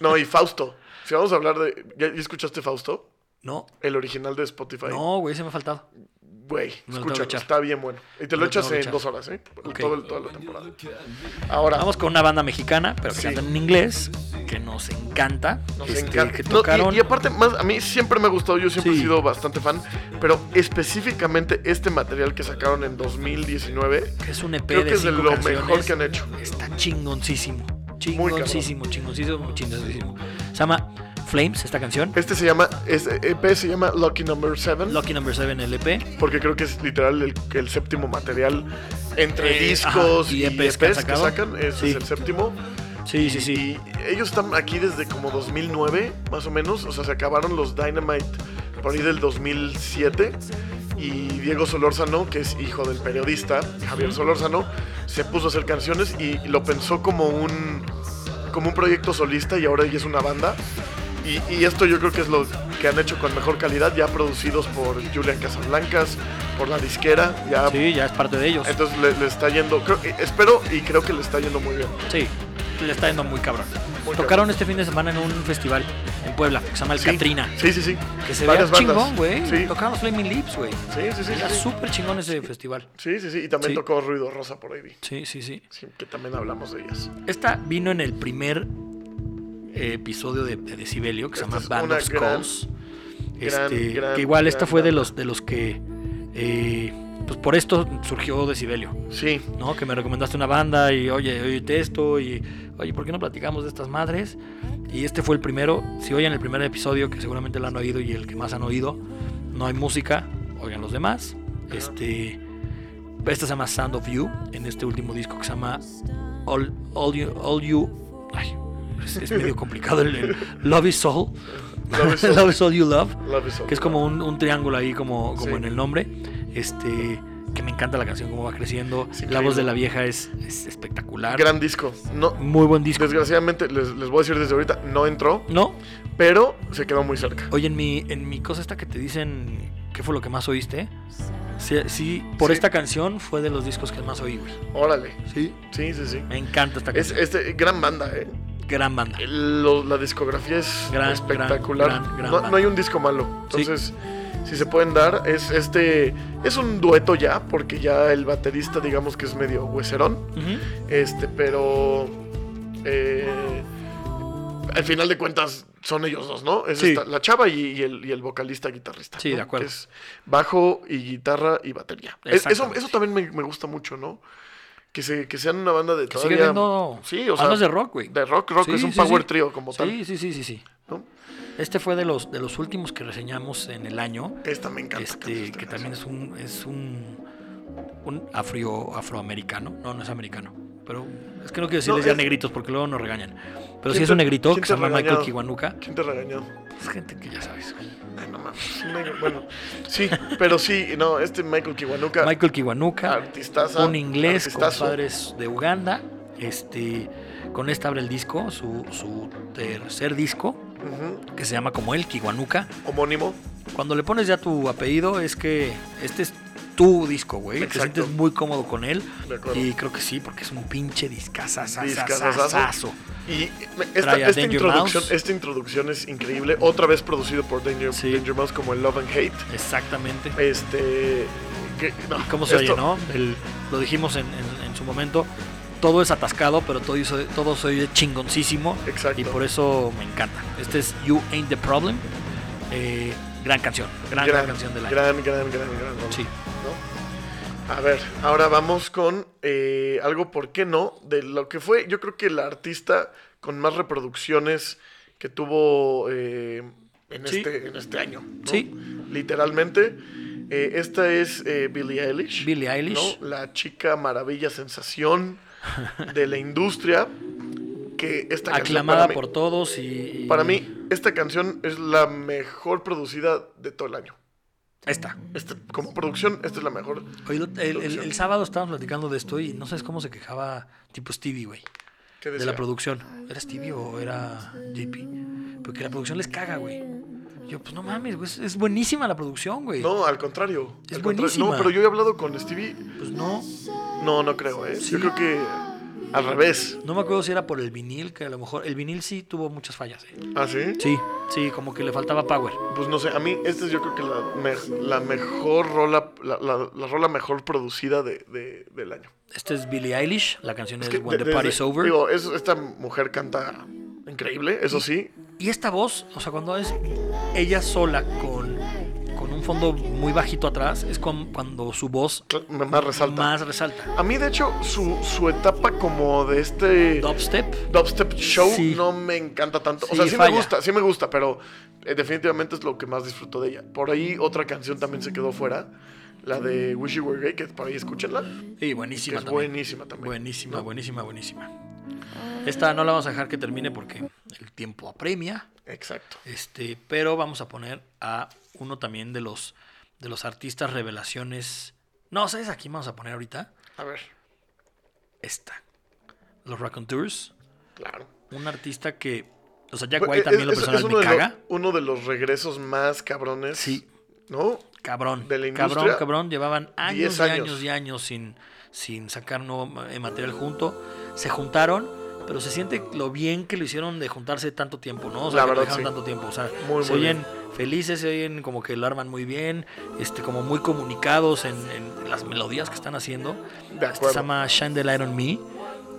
No, y Fausto. Si vamos a hablar de. ¿Ya, ya escuchaste Fausto?
No,
El original de Spotify.
no, güey, se me ha faltado.
Güey,
Me lo tengo que
escúchalo,
echar.
está bien bueno. Y te
Me
lo
lo tengo
echas
que
en
echar.
dos horas, ¿eh?
Ok.
Todo el- toda la temporada. Ahora,
Vamos con una banda mexicana, pero que
Sí.
cantan en inglés, que nos encanta.
nos
este,
encanta.
Que
No, y-
tocaron.
y, aparte, más, a mí siempre me ha gustado, yo siempre
Sí.
he sido bastante fan. Pero específicamente este material que sacaron en 2019,
que es un EP
creo
de
que es de
cinco
lo
canciones.
mejor que han hecho.
Está chingoncísimo.
Muy cabrón.
Chingoncísimo, chingoncísimo, chingoncísimo. Se llama Flames esta canción.
Este se llama, este EP se llama Lucky Number 7.
Lucky Number E 7 LP.
porque creo que es literal el, el séptimo material entre
Eh,
discos
ajá,
y
y
EPs,
EPs que han
que
sacado.
sacan, ese
Sí.
es el séptimo.
Sí, sí, sí.
Y ellos están aquí desde como 2009, más o menos, o sea, se acabaron los Dynamite por ahí del 2007 y Diego Solórzano, que es hijo del periodista Javier Solórzano, se puso a hacer canciones y lo pensó como un como un proyecto solista y ahora ya es una banda. Y, y esto yo creo que es lo que han hecho con mejor calidad, ya producidos por Julian Casablancas, por la disquera, ya
Sí, ya es parte de ellos.
entonces le, le está yendo, creo, espero y creo que le está yendo muy bien.
Sí. Le está yendo muy cabrón.
Muy
Tocaron este fin de semana en un festival en Puebla que se llama El
Sí.
Catrina.
Sí, sí, sí.
Que se vea
Varias bandas.
chingón, güey.
Sí.
Tocaron los Flaming Lips, güey.
Sí, sí, sí.
Era
sí, sí.
súper chingón ese festival.
Sí, sí, sí. Y también
Sí.
tocó Ruido Rosa por ahí. vi.
Sí, sí, sí.
Sí, que también hablamos de ellas.
Esta vino en el primer eh, episodio de, de Decibelio, que se
Esta
llama
es
Band
una
of
gran,
Skulls.
gran,
Este,
gran,
que igual esta
gran
fue de
banda.
los, de los que. eh, pues por esto surgió Decibelio,
Sí.
¿no? Que me recomendaste una banda y oye, oíte esto y oye, ¿por qué no platicamos de estas madres? Y este fue el primero. Si oyen el primer episodio, que seguramente lo han oído y el que más han oído, no hay música, oigan los demás. Este. Esta se llama Sound of You, en este último disco que se llama All, All You. All You ay, es, es medio complicado el, el Love is All.
Love
(laughs)
is All.
All You Love,
Love is all.
que es como un, un triángulo ahí, como, como
Sí.
en el nombre. Este, que me encanta la canción, cómo va creciendo.
Es
la
increíble.
voz de la vieja es, es espectacular.
Gran disco. No,
Muy buen disco.
desgraciadamente, les, les voy a decir desde ahorita, no entró,
No,
pero se quedó muy cerca.
oye, en mi, en mi cosa esta que te dicen qué fue lo que más oíste, sí, sí, por
Sí.
esta canción fue de los discos que más oí, güey.
Órale.
Sí.
Sí, sí, sí.
Me encanta esta
Es
canción.
este, gran banda, ¿eh?
Gran banda.
El- lo- la discografía es
Gran,
espectacular.
gran, gran, gran
no,
banda.
no hay un disco malo.
Sí.
Entonces, si se pueden dar, es este es un dueto ya, porque ya el baterista, digamos que es medio hueserón.
Ujú.
Este, pero eh, al final de cuentas son ellos dos, ¿no? Es
Sí.
esta- la chava y, y el, y el vocalista guitarrista.
Sí,
¿no?
de acuerdo.
Es bajo y guitarra y batería. Es- eso,
Exactamente.
eso también me, me gusta mucho, ¿no? Que, se, que sean una banda de
Que sigue
todavía-
viendo
Sí, o sea,
bandas de rock, güey.
de rock, rock
Sí,
es un
sí,
power
sí.
trio como tal.
Sí, sí, sí, sí, sí.
¿no?
Este fue de los, de los últimos que reseñamos en el año.
Esta me encanta.
este, que también es un, es un, un afrio, afroamericano. No, no es americano. Pero es que no quiero decirles
No,
ya
es-
negritos porque luego nos regañan. Pero
¿Quién
sí es
te-
un negrito
quién
que se
te
llama Michael
regañó?
Kiwanuka.
¿Quién te regañó?
Es gente que ya sabes. güey.
Ay, no mames, un negro, Bueno, sí, pero sí, no, este Michael Kiwanuka,
Michael Kiwanuka,
artistaza.
un inglés con
artistazo.
padres de Uganda. Este, con esta abre el disco, su, su tercer disco,
Ujú,
que se llama como el Kiwanuka.
Homónimo.
Cuando le pones ya tu apellido, es que este es tu disco, güey. Te
Exacto.
sientes muy cómodo con él.
De acuerdo.
Y creo que sí, porque es un pinche discazazazazazo.
Discazazazo. Y me- esta,
Trae a
esta
Danger
introducción,
Mouse.
esta introducción es increíble. Otra vez producido por Danger,
Sí.
Danger Mouse como el Love and Hate.
Exactamente.
Este. que- no,
¿Cómo se oye,
esto-
no? El- lo dijimos en, en- en su momento. Todo es atascado, pero todo, hizo- todo se oye chingoncísimo.
Exacto.
Y por eso me encanta. Este es You Ain't the Problem. Eh, gran canción. Gran, gran canción del año.
Gran, gran, gran, gran. gran.
Sí.
¿no? A ver, ahora vamos con eh, algo, ¿por qué no? De lo que fue, yo creo que la artista con más reproducciones que tuvo eh, en,
Sí.
este, en este año. ¿no?
Sí.
Literalmente. Eh, esta es eh, Billie Eilish.
Billie Eilish.
¿no? La chica maravilla sensación de la industria. Que esta canción
Aclamada
para mí-
por todos y, y-
Para mí, esta canción es la mejor producida de todo el año.
Esta.
Este, como producción, esta es la mejor.
Oye, el, el- el sábado estábamos platicando de esto y no sabes cómo se quejaba tipo Stevie, güey,
¿Qué
de
decía?
la producción. ¿Era Stevie o era JP? Porque la producción les caga, güey. Yo, pues no mames, güey, es, es buenísima la producción, güey.
No, al contrario.
Es
al contrario.
buenísima.
No, pero yo he hablado con Stevie.
Pues no.
No, no creo, ¿eh?
Sí.
Yo creo que al revés.
No me acuerdo si era por el vinil, que a lo mejor. El vinil sí tuvo muchas fallas, eh.
¿Ah, sí?
Sí, sí, como que le faltaba power.
Pues no sé, a mí esta es yo creo que la, me- la mejor rola, la, la- la rola mejor producida de, de- del año.
Este es Billie Eilish, la canción es,
que
When
de-
the
desde-
Party's Over.
Digo, es- esta mujer canta increíble, eso sí.
Y esta voz, o sea, cuando es ella sola con, con un fondo muy bajito atrás, es cuan- cuando su voz
cl- me- Más resalta.
más resalta.
A mí, de hecho, su, su etapa como de este...
Dubstep,
Dubstep Show
Sí.
no me encanta tanto.
Sí,
o sea, sí
falla.
me gusta, sí me gusta, pero eh, definitivamente es lo que más disfruto de ella. Por ahí otra canción también se quedó fuera, la de Wish You Were Gay, que por ahí escúchenla. que
y buenísima
es
también.
buenísima también.
Buenísima, buenísima, buenísima. Esta no la vamos a dejar que termine porque el tiempo apremia,
Exacto.
este, pero vamos a poner a uno también de los, de los artistas revelaciones. No, ¿sabes a quién vamos a poner ahorita?
A ver,
Esta. Los Raconteurs,
claro.
un artista que, o sea, Jack
Bueno,
White también lo
e, es- es-
personal
es
me
de lo-
caga.
uno de los regresos más cabrones.
Sí.
¿No?
Cabrón.
de la
cabrón,
industria,
cabrón. Llevaban años
10
y
años.
años y años sin, sin sacar nuevo ma- eh, material junto. Se juntaron, pero se siente lo bien que lo hicieron de juntarse tanto tiempo, ¿no? O sea,
La
que lo
verdad,
dejaron
sí.
tanto tiempo. O sea,
Muy,
se
muy
oyen felices, se oyen como que lo arman muy bien, este, como muy comunicados en, en las melodías que están haciendo.
De
Este se
acuerdo.
llama Shine the Light on Me.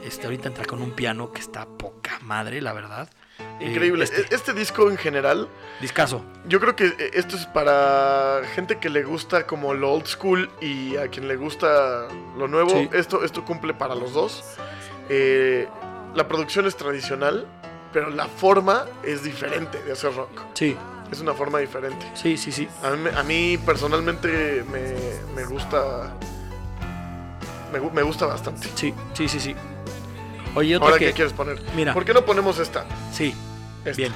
Este, ahorita entra con un piano que está poca madre, la verdad. Eh,
Increíble. eh. E-
este,
Este. disco en general,
discazo.
yo creo que eh, esto es para gente que le gusta como lo old school y a quien le gusta lo nuevo.
Sí.
Esto, esto cumple para los dos. Eh, la producción es tradicional, pero la forma es diferente de hacer rock.
Sí,
Es una forma diferente.
sí, sí, sí.
A mí, me- a mí personalmente me, me gusta. Me, gu- me gusta bastante.
Sí, sí, sí, sí. Oye, otra
Ahora,
que...
¿qué quieres poner?
Mira,
¿Por qué no ponemos esta?
sí,
Esta.
bien.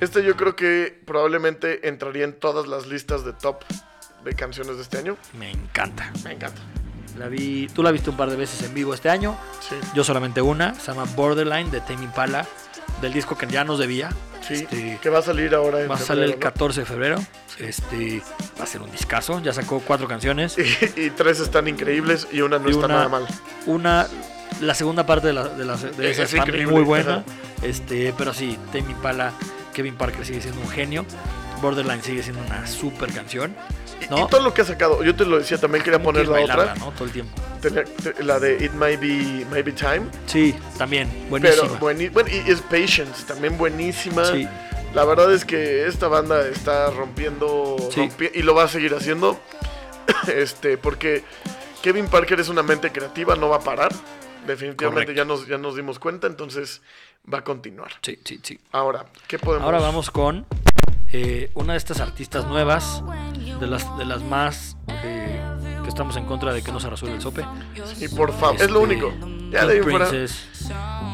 Este yo creo que probablemente entraría en todas las listas de top de canciones de este año.
Me encanta.
Me encanta.
La vi, tú la viste un par de veces en vivo este año.
Sí.
Yo solamente una. Se llama Borderline de Tame Impala, del disco que ya nos debía.
Sí,
Este,
que va a salir ahora en
va a salir el
febrero,
14 de febrero. Este va a ser un discazo. Ya sacó cuatro canciones.
¿no? Y, y tres están increíbles y una no
Y
está
una-
nada mal.
Una, la segunda parte de, la, de, las- de
Es
esa está
increíble,
muy buena.
ajá.
Este, pero sí, Tame Impala, Kevin Parker sigue siendo un genio. Borderline sigue siendo una super canción.
Y,
¿no?
y todo lo que ha sacado, yo te lo decía, también quería
Como
poner
quieres
la otra,
bailarla, ¿no? Todo el tiempo.
tenía- te- la de It Might Be, Might Be Time,
Sí, también. Buenísima.
pero bueni- bueno, y es Patience, también buenísima.
Sí.
La verdad es que esta banda está rompiendo
Sí.
rompie- y lo va a seguir haciendo, (coughs) este, porque Kevin Parker es una mente creativa, no va a parar, definitivamente
Correcto.
ya nos, ya nos dimos cuenta, entonces va a continuar.
Sí, sí, sí.
Ahora, ¿qué podemos?
Ahora vamos con eh, una de estas artistas nuevas, de las, de las más eh, que estamos en contra de que no se resuelve el sope.
Y por favor, es
Este,
lo único. Ya de ahí en
Pink
fuera.
Princess,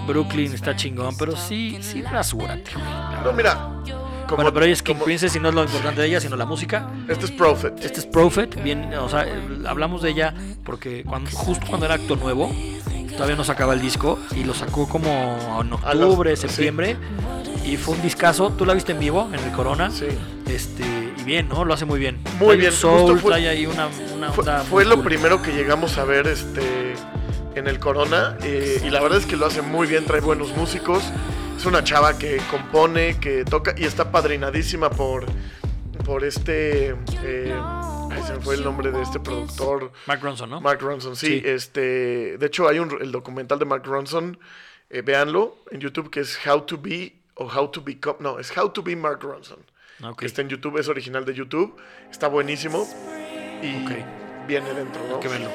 Brooklyn está chingón, pero sí, sí, rasúrate. güey, la
No,
verdad.
mira. Como,
bueno, pero ella es King
como-
Princess y no es lo importante de ella, sino la música.
Este es Prophet.
Este es Prophet, bien, o sea, el- hablamos de ella porque cuando, justo cuando era acto nuevo, todavía no sacaba el disco y lo sacó como en
A los-
octubre,
sí.
septiembre y fue un discazo. ¿Tú la viste en vivo en el Corona?
Sí.
Este, y bien, ¿no? Lo hace muy bien.
Muy
Trae un
bien,
Soul,
justo fue-
trae ahí una, una
Fue,
onda
fue
muy
lo
cool.
primero que llegamos a ver este en el Corona. eh, y la verdad es que lo hace muy bien, trae buenos músicos. Es una chava que compone, que toca y está padrinadísima por, por este. eh, ay, se me fue el nombre de este productor.
Mark Ronson, ¿no?
Mark Ronson, sí,
Sí.
Este, de hecho, hay un, el documental de Mark Ronson, eh, véanlo en YouTube, que es How to Be o How to Become. No, es How to Be Mark Ronson.
Ok.
Que está en YouTube, es original de YouTube. Está buenísimo. Y
Ok.
viene dentro, ¿no?
Hay que verlo.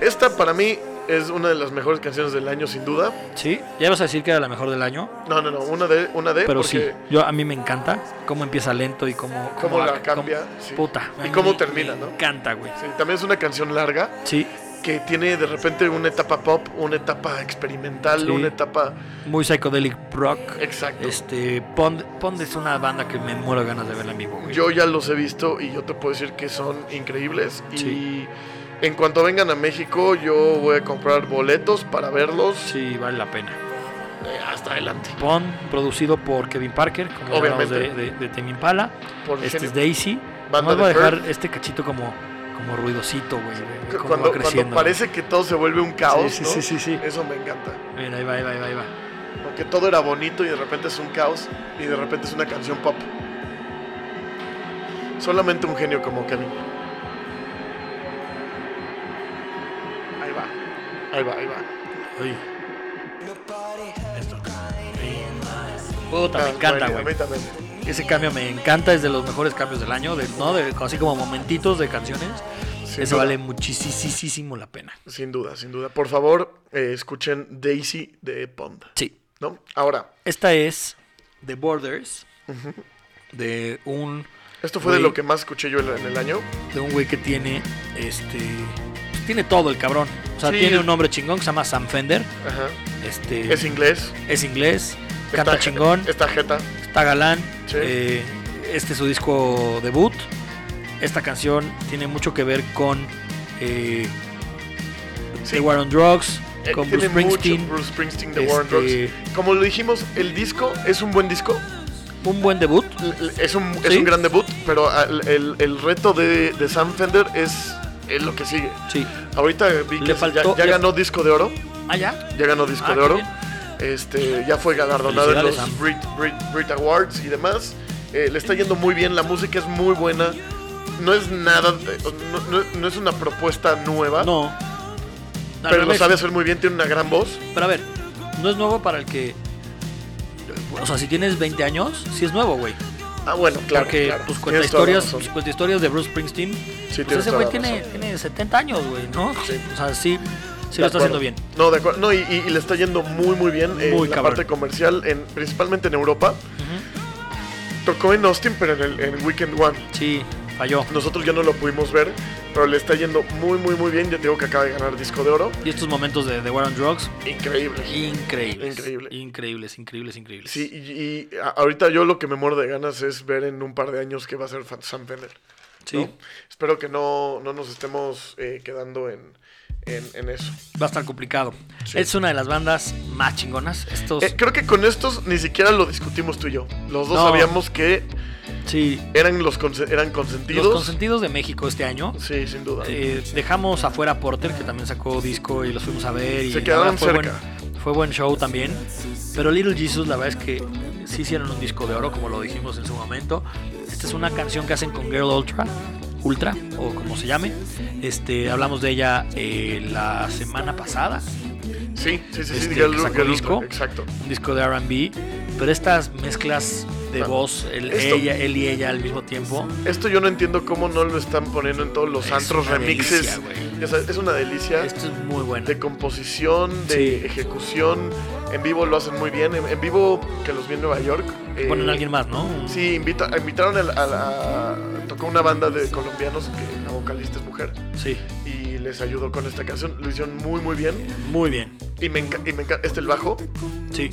Esta para mí es una de las mejores canciones del año, sin duda.
Sí, ya ibas a decir que era la mejor del año,
No, no, no, una de. Una de
pero sí,
porque
yo a mí me encanta cómo empieza lento y cómo
Cómo la
ac-
cambia,
cómo-
sí.
puta.
Y
a mí
cómo
me-
termina,
me
¿no?
Encanta, güey.
sí, también es una canción larga.
Sí,
Que tiene de repente una etapa pop, una etapa experimental,
Sí.
una etapa.
muy psychedelic rock.
Exacto.
Este, Pond, Pond es una banda que me muero de ganas de verla en vivo, güey.
Yo ya los he visto y yo te puedo decir que son increíbles. Y
Sí.
en cuanto vengan a México, yo voy a comprar boletos para verlos
Sí, vale la pena.
eh, hasta adelante.
Pond, producido por Kevin Parker, como ya hablamos de,
Obviamente.
de, de Tame Impala.
Por
Este
genio.
es Daisy.
Banda
Vamos a
de Pearl.
dejar este cachito como, como ruidosito, güey. de
Cu-
cómo
cuando,
va
cuando
creciendo.
parece que todo se vuelve un caos,
Sí,
¿no?
sí, sí, sí, sí.
Eso me encanta.
Mira, ahí va, ahí va, ahí va, ahí va.
Porque todo era bonito y de repente es un caos y de repente es una canción pop. Solamente un genio como Kevin. Ahí va. Ahí va, ahí va.
Uy. Esto. Puta, me
Ah,
encanta,
bueno, a mí
güey.
también.
Ese cambio me encanta, es de los mejores cambios del año, de- ¿no? De, así como momentitos de canciones.
Sin
Eso
duda.
vale muchísimo la pena.
Sin duda, sin duda. Por favor, eh, escuchen Daisy de Pond.
Sí.
¿No? Ahora,
Esta es The Borders, de un
esto fue
Güey.
de lo que más escuché yo en en el año.
de un güey que tiene este tiene todo el cabrón. O sea,
Sí.
tiene un nombre chingón que se llama Sam Fender.
Ajá.
Este
Es
es,
inglés.
inglés,
Está
canta
je-
chingón,
Está jeta.
está galán.
Sí.
eh, este es su disco debut. Esta canción tiene mucho que ver con eh,
Sí.
The War on Drugs,
Eh,
con Bruce
tiene
Springsteen.
mucho Bruce Springsteen de
Este,
Warren Drugs. Como lo dijimos, el disco es un buen disco.
Un buen debut.
L- l- Es un, es
Sí.
un gran debut, pero al- el, el reto de, de Sam Fender es, es lo que sigue.
Sí.
Ahorita vi que
Le faltó-
ya, ya
le-
ganó disco de oro.
Ah, ya.
Ya ganó disco
Ah,
de
qué
oro.
bien.
Este, ya fue galardonado en
Felicidades,
los
Sam.
Brit, Brit- Brit Awards y demás. Eh, le está yendo muy bien, la música es muy buena. No es nada, eh, no, no- no es una propuesta nueva,
No. Al
pero lo
revés.
sabe hacer muy bien, tiene una gran voz.
Pero a ver, no es nuevo para el que. O sea, si tienes 20 años, sí es nuevo, güey.
Ah, bueno, claro.
Porque
claro, tienes toda
tus
la
cuentahistorias,
razón.
tus cuentahistorias de Bruce Springsteen,
Sí,
pues
tienes
ese
toda
güey
la
tiene,
razón.
tiene 70 años, güey, ¿no?
Sí.
O sea, sí, sí
De
lo está
acuerdo.
haciendo bien.
No, de acuerdo. No, y, y- y le está yendo muy, muy bien en
Muy
la
cabrón.
parte comercial, en, principalmente en Europa. Tocó en Austin, pero en, el, en Weekend One.
Sí, falló.
Nosotros ya no lo pudimos ver, pero le está yendo muy, muy, muy bien. Ya te digo que acaba de ganar disco de oro.
Y estos momentos de, de War on Drugs,
Increíble.
increíbles.
Increíble.
Increíbles, increíbles, increíbles.
Sí, y, y a- ahorita yo lo que me muero de ganas es ver en un par de años qué va a ser Fan- Sam Fender.
Sí.
¿no? Espero que no, no nos estemos eh, quedando en, en- en eso.
Va a estar complicado.
Sí.
Es una de las bandas más chingonas. Estos.
Eh, creo que con estos ni siquiera lo discutimos tú y yo. Los dos
No.
sabíamos que
sí.
eran los conse- eran consentidos.
Los consentidos de México este año.
Sí, sin duda.
Eh, dejamos afuera a Porter, que también sacó disco y los fuimos a ver. Y
Se
la
quedaron
verdad fue buen-
cerca.
fue buen show también. Pero Little Jesus, la verdad es que sí hicieron un disco de oro, como lo dijimos en su momento. Esta es una canción que hacen con Girl Ultra, Ultra, o como se llame. Este, hablamos de ella eh, la semana pasada.
sí, sí, sí, sí.
este,
Girl-
que sacó
Girl Ultra,
disco.
Exacto.
un disco de RB, pero estas mezclas de
Claro.
voz, el-
Esto-
ella, él y ella al mismo tiempo.
Esto yo no entiendo cómo no lo están poniendo en todos los
Es
antros
una
remixes.
delicia, güey.
Ya sabes, es una delicia
Esto es muy bueno.
de composición, de
Sí.
ejecución. En vivo lo hacen muy bien. En, en vivo, que los vi en Nueva York. eh,
Ponen a alguien más, ¿no?
Sí, invita- invitaron al- a la. Tocó una banda de colombianos que la vocalista es mujer
Sí,
y les ayudó con esta canción. Lo hicieron muy, muy bien.
muy bien.
Y me encanta. Este, el bajo,
Sí.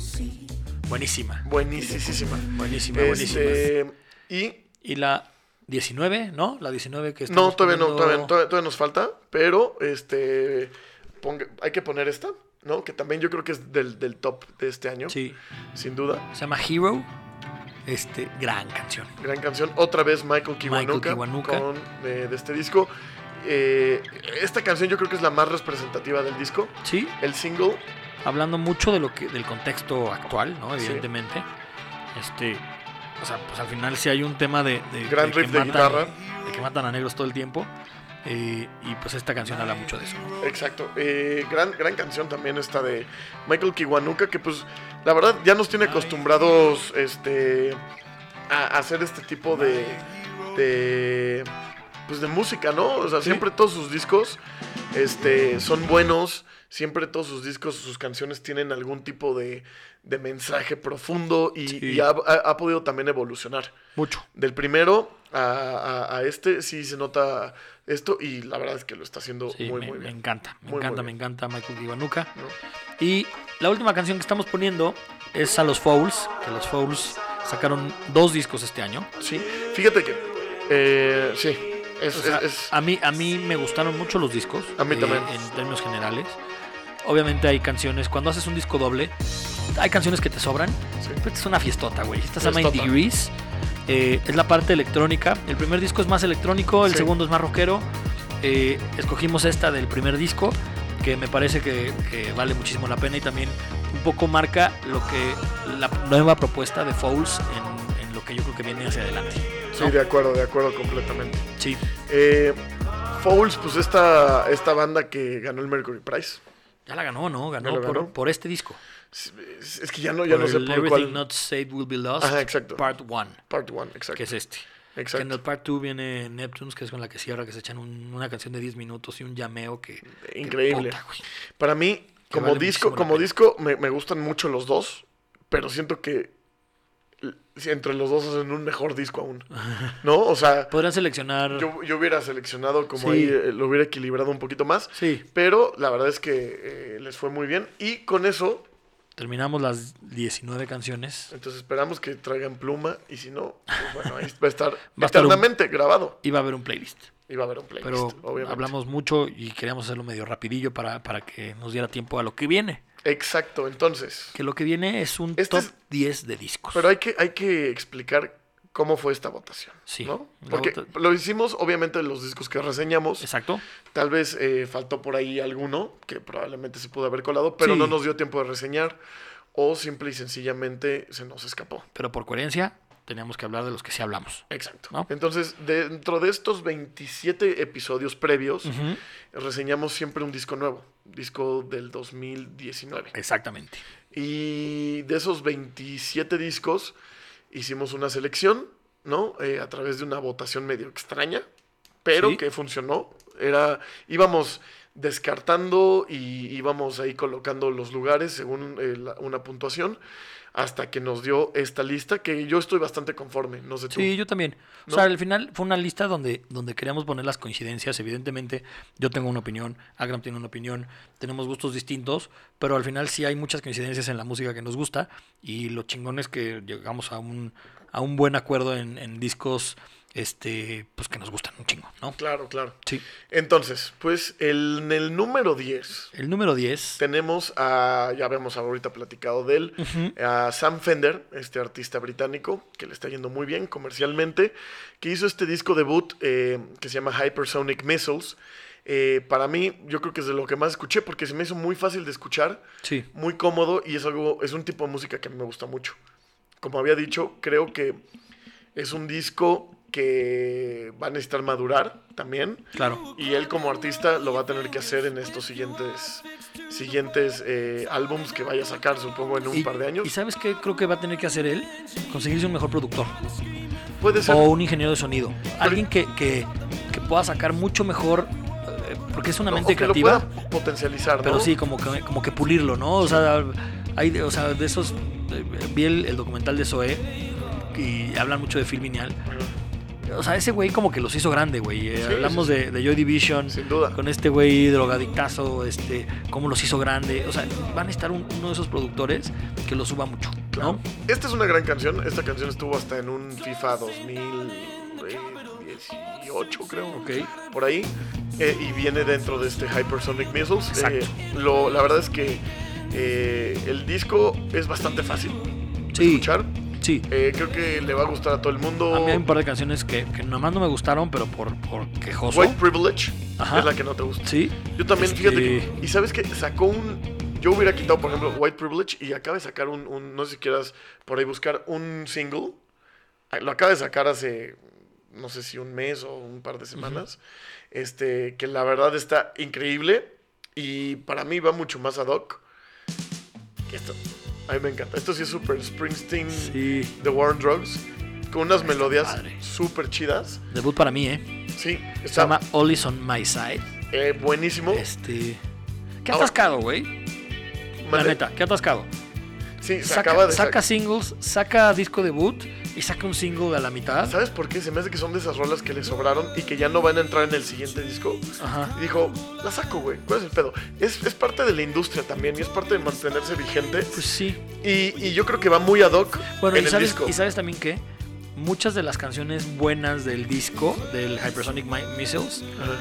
Buenísima,
buenísima.
buenísima, buenísima.
Este, y.
Y la 19, ¿no? La 19 que
No
estamos
todavía, no,
poniendo-
todavía no, todavía- todavía nos falta, pero este. ponga- hay que poner esta, ¿no? Que también yo creo que es del, del top de este año,
Sí,
sin duda.
se llama Hero. Este, gran canción.
Gran canción. Otra vez Michael
Michael
Kiwanuka,
Kiwanuka.
con, eh, de este disco. Eh, esta canción yo creo que es la más representativa del disco.
Sí,
El single,
hablando mucho de lo que del contexto actual, ¿no?
Sí.
Evidentemente. Este, o sea, pues al final sí hay un tema de, de-
gran
que
riff de
matan-
guitarra.
de que matan a negros todo el tiempo. eh, y pues esta canción habla mucho de eso. ¿no?
Exacto. Eh, gran, gran canción también esta de Michael Kiwanuka, que pues la verdad ya nos tiene acostumbrados este, a, a hacer este tipo de, de, pues, de música, ¿no? O sea,
Sí.
siempre todos sus discos este, son buenos, siempre todos sus discos, sus canciones tienen algún tipo de, de mensaje profundo y,
Sí.
y ha- ha- ha podido también evolucionar
Mucho.
del primero a, a- a este sí se nota esto y la verdad es que lo está haciendo
Sí,
muy
me,
muy
me
bien.
encanta, me
Muy, muy
encanta,
bien.
me encanta Michael Kiwanuka.
¿no?
Y la última canción que estamos poniendo es a los Fouls, que los Fouls sacaron dos discos este año.
Sí, fíjate que eh, sí, es,
O sea, ah,
es- es-
a, mí, a mí me gustaron mucho los discos. eh,
A mí también.
En términos generales. Obviamente hay canciones, cuando haces un disco doble, hay canciones que te sobran.
sí.
Pero esta es una fiestota, güey. Esta se llama In
Fiestota.
Degrees. Eh, es la parte electrónica. El primer disco es más electrónico, el
Sí.
segundo es más rockero. Eh, escogimos esta del primer disco, que me parece que, que vale muchísimo la pena y también un poco marca lo que la nueva propuesta de Fouls en, en lo que yo creo que viene hacia adelante.
Sí,
¿no?
de acuerdo, de acuerdo completamente.
Sí.
Eh, Fouls, pues esta, esta banda que ganó el Mercury Prize.
Ya la ganó, ¿no? Ganó,
Ya la
por,
ganó.
por este disco.
Es, es que ya no, ya no
Por
sé
el
por
Everything
cuál.
Not Saved Will Be Lost,
Ajá, exacto.
Part 1,
Part 1, exacto.
que es este. Que en
exacto.
el Part 2 viene Neptunes, que es con la que cierra, que se echan un- una canción de 10 minutos y un llameo que... que
Increíble.
puta, güey.
Para mí,
Que
como
vale
disco,
muchísimo la
como
pena.
disco me, me gustan mucho los dos, pero siento que l- si entre los dos hacen un mejor disco
(laughs)
aún. ¿No? O sea,
Podrían seleccionar...
yo, yo hubiera seleccionado como
Pues, Sí.
ahí, eh, lo hubiera equilibrado un poquito más,
Sí,
pero la verdad es que eh, les fue muy bien y con eso,
terminamos las 19 canciones.
entonces esperamos que traigan pluma y si no, pues bueno, ahí va a
(laughs)
estar
a estar un-
eternamente grabado
Iba a haber un playlist,
y va a haber un playlist,
pero
obviamente.
hablamos mucho y queríamos hacerlo medio rapidillo para, para que nos diera tiempo a lo que viene.
Exacto, entonces,
Que lo que viene es un
Este
top
es-
10 de discos.
Pero hay que, hay que explicar cómo fue esta votación.
Sí,
¿no?
la
Porque
vota-
lo hicimos, obviamente, los discos que reseñamos.
Exacto.
Tal vez eh, faltó por ahí alguno que probablemente se pudo haber colado, pero
Sí.
no nos dio tiempo de reseñar. O simple y sencillamente se nos escapó.
Pero por coherencia, teníamos que hablar de los que sí hablamos.
Exacto.
¿No?
Entonces, dentro de estos 27 episodios previos,
Ujú.
reseñamos siempre un disco nuevo, disco del 2019.
Exactamente.
Y de esos 27 discos hicimos una selección, ¿no? Eh, a través de una votación medio extraña, pero
Sí.
que funcionó. Era, íbamos descartando y íbamos ahí colocando los lugares según eh, la- una puntuación hasta que nos dio esta lista que yo estoy bastante conforme, no sé tú.
Sí, yo también. O
¿No?
sea, al final fue una lista donde, donde queríamos poner las coincidencias. Evidentemente, yo tengo una opinión, Agram tiene una opinión, tenemos gustos distintos, pero al final sí hay muchas coincidencias en la música que nos gusta. Y lo chingón es que llegamos a un, a un buen acuerdo en, en discos este, pues que nos gustan un chingo, ¿no?
Claro, claro.
Sí.
Entonces, pues el- en el número 10
El número 10.
tenemos a, ya habíamos ahorita platicado de él,
Ujú.
a Sam Fender, este artista británico que le está yendo muy bien comercialmente, que hizo este disco debut eh, que se llama Hypersonic Missiles. Eh, para mí, yo creo que es de lo que más escuché porque se me hizo muy fácil de escuchar,
Sí.
muy cómodo y es algo, es un tipo de música que a mí me gusta mucho. Como había dicho, creo que es un disco que va a necesitar madurar también.
Claro.
Y él como artista lo va a tener que hacer en estos siguientes siguientes eh, álbums que vaya a sacar, supongo, en un par de
¿Y
años.
sabes qué creo que va a tener que hacer él? Conseguirse un mejor productor
Puede ser.
o un ingeniero de sonido. Alguien que, que, que pueda sacar mucho mejor, eh, porque es una
o
mente
que lo
creativa.
pueda potencializar, ¿no?
Pero sí, como que, como que pulirlo, ¿no? O sea, hay, de- o sea de esos. eh, Vi el, el documental de Zoé y hablan mucho de film lineal. O sea, ese güey como que los hizo grande, güey. Eh,
Sí,
Hablamos De, de Joy Division.
Sin duda.
Con este güey drogadictazo, este, cómo los hizo grande. O sea, van a estar uno de esos productores que lo suba mucho, ¿no?
Esta es una gran canción. Esta canción estuvo hasta en un FIFA 2018, creo.
Ok.
por ahí eh, y viene dentro de este Hypersonic Missiles.
Exacto.
Eh, lo, la verdad es que eh, el disco es bastante fácil de
Sí,
escuchar.
sí.
Eh, creo que le va a gustar a todo el mundo.
A mí hay un par de canciones que, que nomás no me gustaron, pero por, por quejoso.
White Privilege
Ajá.
es la que no te gusta.
Sí.
Yo también,
Este-
fíjate que- Y sabes que sacó un. Yo hubiera quitado, por ejemplo, White Privilege y acaba de sacar un, un- No sé si quieras por ahí buscar un single. Ah, Lo acaba de sacar hace. No sé si un mes o un par de semanas. Este. Que la verdad está increíble. Y para mí va mucho más ad hoc. que Esto. A mí me encanta. Esto sí es super Springsteen.
Sí.
The War on Drugs. Con unas melodías
padre.
súper chidas.
Debut para mí, ¿eh?
Sí,
Se llama
está
All Is On My Side.
eh, buenísimo.
Este. Qué
Ahora-
atascado, güey. La
Mande-
neta, qué atascado.
Sí, se acaba
Saca,
de
saca
sacar.
singles, saca disco debut y saca un single a la mitad.
¿Sabes por qué? Se me hace que son de esas rolas que le sobraron y que ya no van a entrar en el siguiente disco.
Ajá.
Y dijo, la saco, güey. ¿Cuál es el pedo? Es, es parte de la industria también y es parte de mantenerse vigente.
Pues sí.
Y, y yo creo que va muy ad hoc
Bueno,
en
y
el
sabes,
disco.
y sabes también que muchas de las canciones buenas del disco, del Hypersonic Mi- Missiles,
Ajá.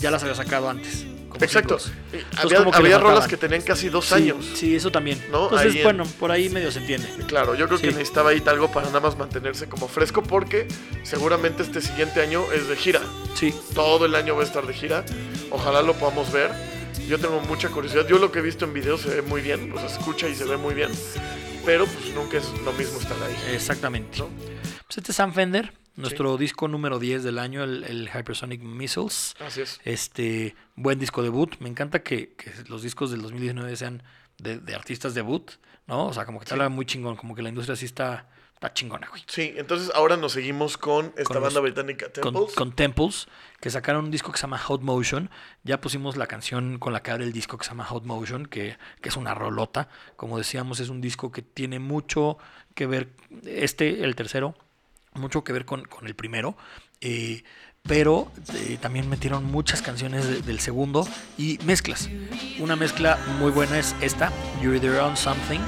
ya las había sacado antes. como
Exacto.
singles.
Eh, Había,
como pues. que le
había rolas
faltaban.
que tenían casi dos
Sí,
años.
Sí, eso también.
¿No?
Entonces,
Ahí en-
bueno, por ahí medio se entiende.
Claro, yo creo que
Sí.
necesitaba ahí algo para nada más mantenerse como fresco porque seguramente este siguiente año es de gira.
Sí.
todo el año va a estar de gira. Ojalá lo podamos ver. Yo tengo mucha curiosidad. Yo lo que he visto en video se ve muy bien, o sea, se escucha y se ve muy bien. Pero pues nunca es lo mismo estar ahí.
Exactamente.
¿no?
Pues este es Sam Fender, nuestro disco número 10 del año, el, el Hypersonic Missiles.
Así es.
Este, buen disco debut. Me encanta que, que los discos del 2019 sean de, de artistas debut, ¿no? O sea, como que te habla muy chingón, como que la industria sí está, está chingona, güey.
Sí, entonces ahora nos seguimos con esta
Con los-
banda británica
Con,
Temples.
con Temples, que sacaron un disco que se llama Hot Motion. Ya pusimos la canción con la que abre el disco que se llama Hot Motion, que, que es una rolota. Como decíamos, es un disco que tiene mucho que ver, este, el tercero, mucho que ver con, con el primero. eh, pero eh, también metieron muchas canciones de- del segundo y mezclas. Una mezcla muy buena es esta, You're Either On Something,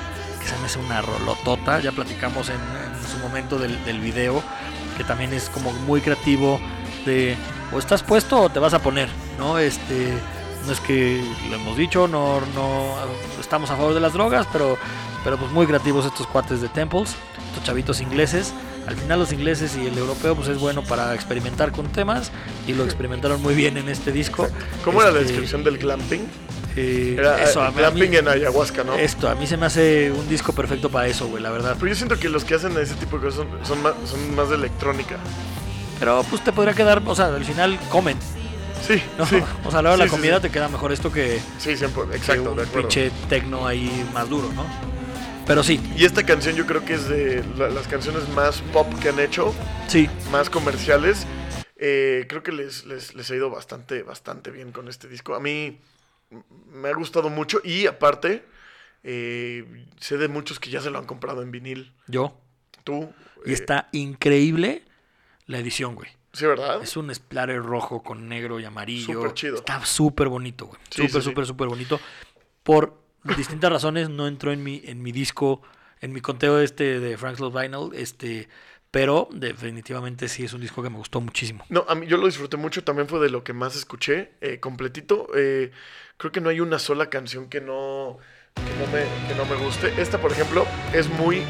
que se me hace una rolotota. Ya platicamos en, en su momento del, del video, que también es como muy creativo de o estás puesto o te vas a poner, ¿no? Este, no es que lo hemos dicho, no, no estamos a favor de las drogas, pero, pero pues muy creativos estos cuates de Temples, estos chavitos ingleses. Al final los ingleses y el europeo pues es bueno para experimentar con temas y lo experimentaron muy bien en este disco.
¿Cómo era la
Este,
descripción del glamping?
eh,
Era eh,
eso, a mí-
glamping en ayahuasca, ¿no?
esto, a mí se me hace un disco perfecto para eso, güey, la verdad.
Pero yo siento que los que hacen ese tipo de cosas son, son más, son más de electrónica.
Pero pues te podría quedar, o sea, al final comen,
Sí,
(laughs) ¿no?
sí.
O sea, a la hora
Sí,
de la
sí,
comida
sí.
te queda mejor esto que,
Sí, siempre.
que
Exacto,
un
de acuerdo.
pinche tecno ahí más duro, ¿no? Pero sí,
Y esta canción yo creo que es de la- las canciones más pop que han hecho.
sí,
más comerciales. Eh, creo que les, les, les ha ido bastante, bastante bien con este disco. A mí m- me ha gustado mucho y aparte eh, sé de muchos que ya se lo han comprado en vinil.
yo.
Tú.
Y
eh,
está increíble la edición, güey.
Sí, ¿verdad?
Es un splatter rojo con negro y amarillo.
Súper chido.
Está súper bonito, güey.
Sí, sí,
súper,
sí.
súper, súper bonito. Por distintas razones no entró en mi, en mi disco, en mi conteo este de Frank Lloyd Vinyl, este, Pero definitivamente sí es un disco que me gustó muchísimo.
No, a mí yo lo disfruté mucho, también fue de lo que más escuché, eh, completito. Eh, creo que no hay una sola canción que no, que no, me, que no me guste. Esta, por ejemplo, es muy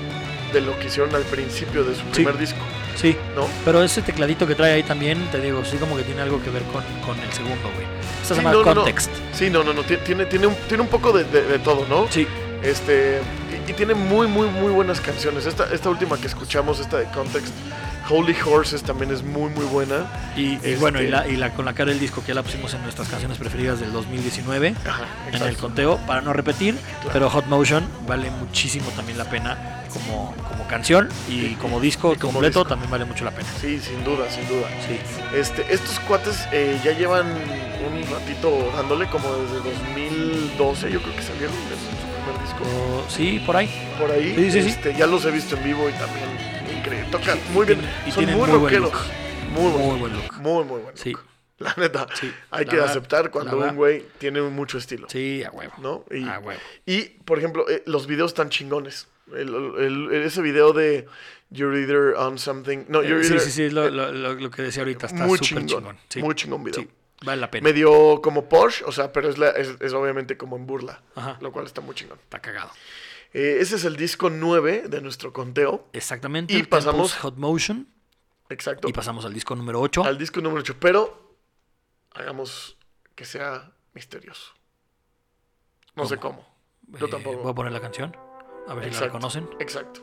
de lo que hicieron al principio de su
Sí.
primer disco,
Sí,
¿no?
pero ese tecladito que trae ahí también, te digo, sí como que tiene algo que ver con, con el segundo, güey. Esto
Sí,
se llama
no, no, no.
Context.
Sí, no, no, no, ti- tiene, tiene, un, tiene un poco de, de- de todo, ¿no?
Sí,
Este, y, y tiene muy, muy, muy buenas canciones. Esta, esta última que escuchamos, esta de Context, Holy Horses, también es muy, muy buena.
y, y
Este-
bueno, y, la, y la- con la cara del disco que ya la pusimos en nuestras canciones preferidas del 2019,
Ajá,
en el
exacto.
conteo, para no repetir, pero Hot Motion vale muchísimo también la pena como, como canción y como disco
como
completo
disco.
también vale mucho la pena.
Sí, sin duda, sin duda.
Sí,
Este, estos cuates eh, ya llevan un ratito dándole como desde 2012, yo creo que salieron de su primer disco
O- sí por ahí.
por ahí.
Sí, sí, sí.
este, Ya los he visto en vivo y también increíble. Tocan muy bien,
y
son
tienen
muy
muy buen
rockeros.
look.
Muy buen,
Muy buen look.
muy, muy buen
Sí.
look. (laughs) La neta,
Sí,
hay
la
que
verdad,
aceptar
la
cuando
verdad.
un güey tiene mucho estilo,
Sí, a huevo.
¿no? Y,
A huevo.
y, por ejemplo, eh, los videos tan chingones. El- el- el- ese video de You're Either on Something... No,
Eh,
You're
sí,
Either...
sí, sí, lo, lo- lo- lo que decía ahorita está
muy
súper chingón.
chingón,
Sí,
muy chingón video.
sí, vale la pena.
medio como Porsche, o sea, pero es, la- es, es obviamente como en burla,
Ajá,
lo cual está muy chingón.
está cagado.
Eh, ese es el disco 9 de nuestro conteo,
Exactamente.
Y
el Temples
pasamos-
Hot Motion
exacto,
y pasamos al disco número 8.
al disco número 8, pero hagamos que sea misterioso. No sé cómo, yo tampoco.
Eh, Voy a poner la canción, a ver si la
Exacto.
reconocen.
exacto.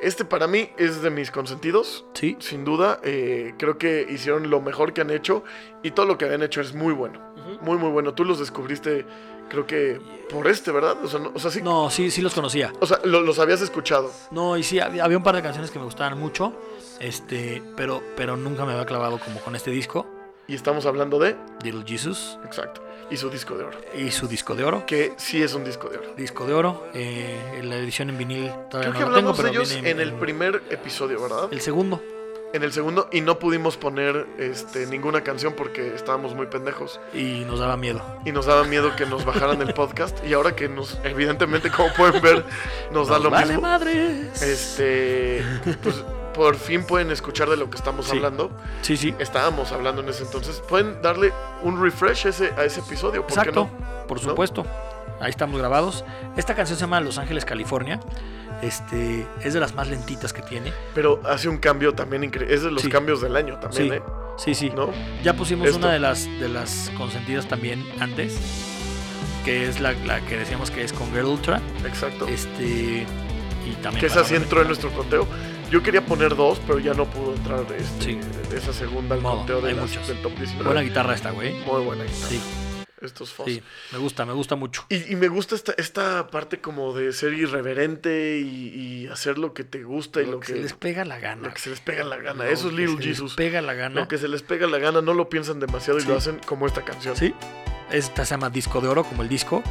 Este para mí es de mis consentidos,
Sí,
sin duda, eh, creo que hicieron lo mejor que han hecho y todo lo que habían hecho es muy bueno, muy muy bueno. Tú los descubriste, creo que por este, ¿verdad? O sea, no- o sea sí,
no, sí, sí los conocía.
o sea, lo- los habías escuchado.
No, y sí, había, había un par de canciones que me gustaban mucho, este, pero, pero nunca me había clavado como con este disco,
Y estamos hablando de.
Little Jesus,
Exacto. Y su disco de oro.
y su disco de oro.
Que sí es un disco de oro.
Disco de oro, eh, la edición en vinil todavía
Creo que
Ah, no la tengo,
hablamos
pero
de ellos
viene
en el primer episodio, ¿verdad?
el segundo.
En el segundo. Y no pudimos poner este, ninguna canción porque estábamos muy pendejos.
Y nos daba miedo.
Y nos daba miedo que nos bajaran
(laughs)
el podcast. Y ahora que nos, evidentemente, como pueden ver, nos da lo
vale
mismo.
madres.
Este. Pues por fin pueden escuchar de lo que estamos
Sí.
hablando.
Sí,
eh,
sí.
Estábamos hablando en ese entonces. Pueden darle un refresh a ese, a ese episodio. ¿Por
Exacto,
qué
por supuesto. Ahí estamos grabados. Esta canción se llama Los Ángeles, California. Este es de las más lentitas que tiene.
no? Pero hace un cambio también increíble. Es de los
Sí.
cambios del año también,
Sí.
¿eh?
Sí, sí.
¿No?
Ya pusimos
Esto.
una de las de las consentidas también antes, que es la, la que decíamos que es con Girl Ultra.
Exacto.
Este y también
que esa
para-
sí entró en nuestro conteo. Yo quería poner dos, pero ya no pudo entrar este,
Sí.
esa segunda al
Modo,
conteo de
hay
las-
muchos.
del top 19.
Buena guitarra esta, güey.
Muy buena guitarra.
Sí,
Estos fos.
sí. Me gusta, me gusta mucho.
Y, y me gusta esta, esta parte como de ser irreverente y, y hacer lo que te gusta y lo,
Lo que
que,
se les pega la gana.
lo que se les pega la gana.
Lo
Eso es
que
Little
se les
Jesus.
Pega la gana.
Lo que se les pega la gana, no lo piensan demasiado y
Sí.
lo hacen como esta canción.
Sí. Esta se llama Disco de Oro, como el disco.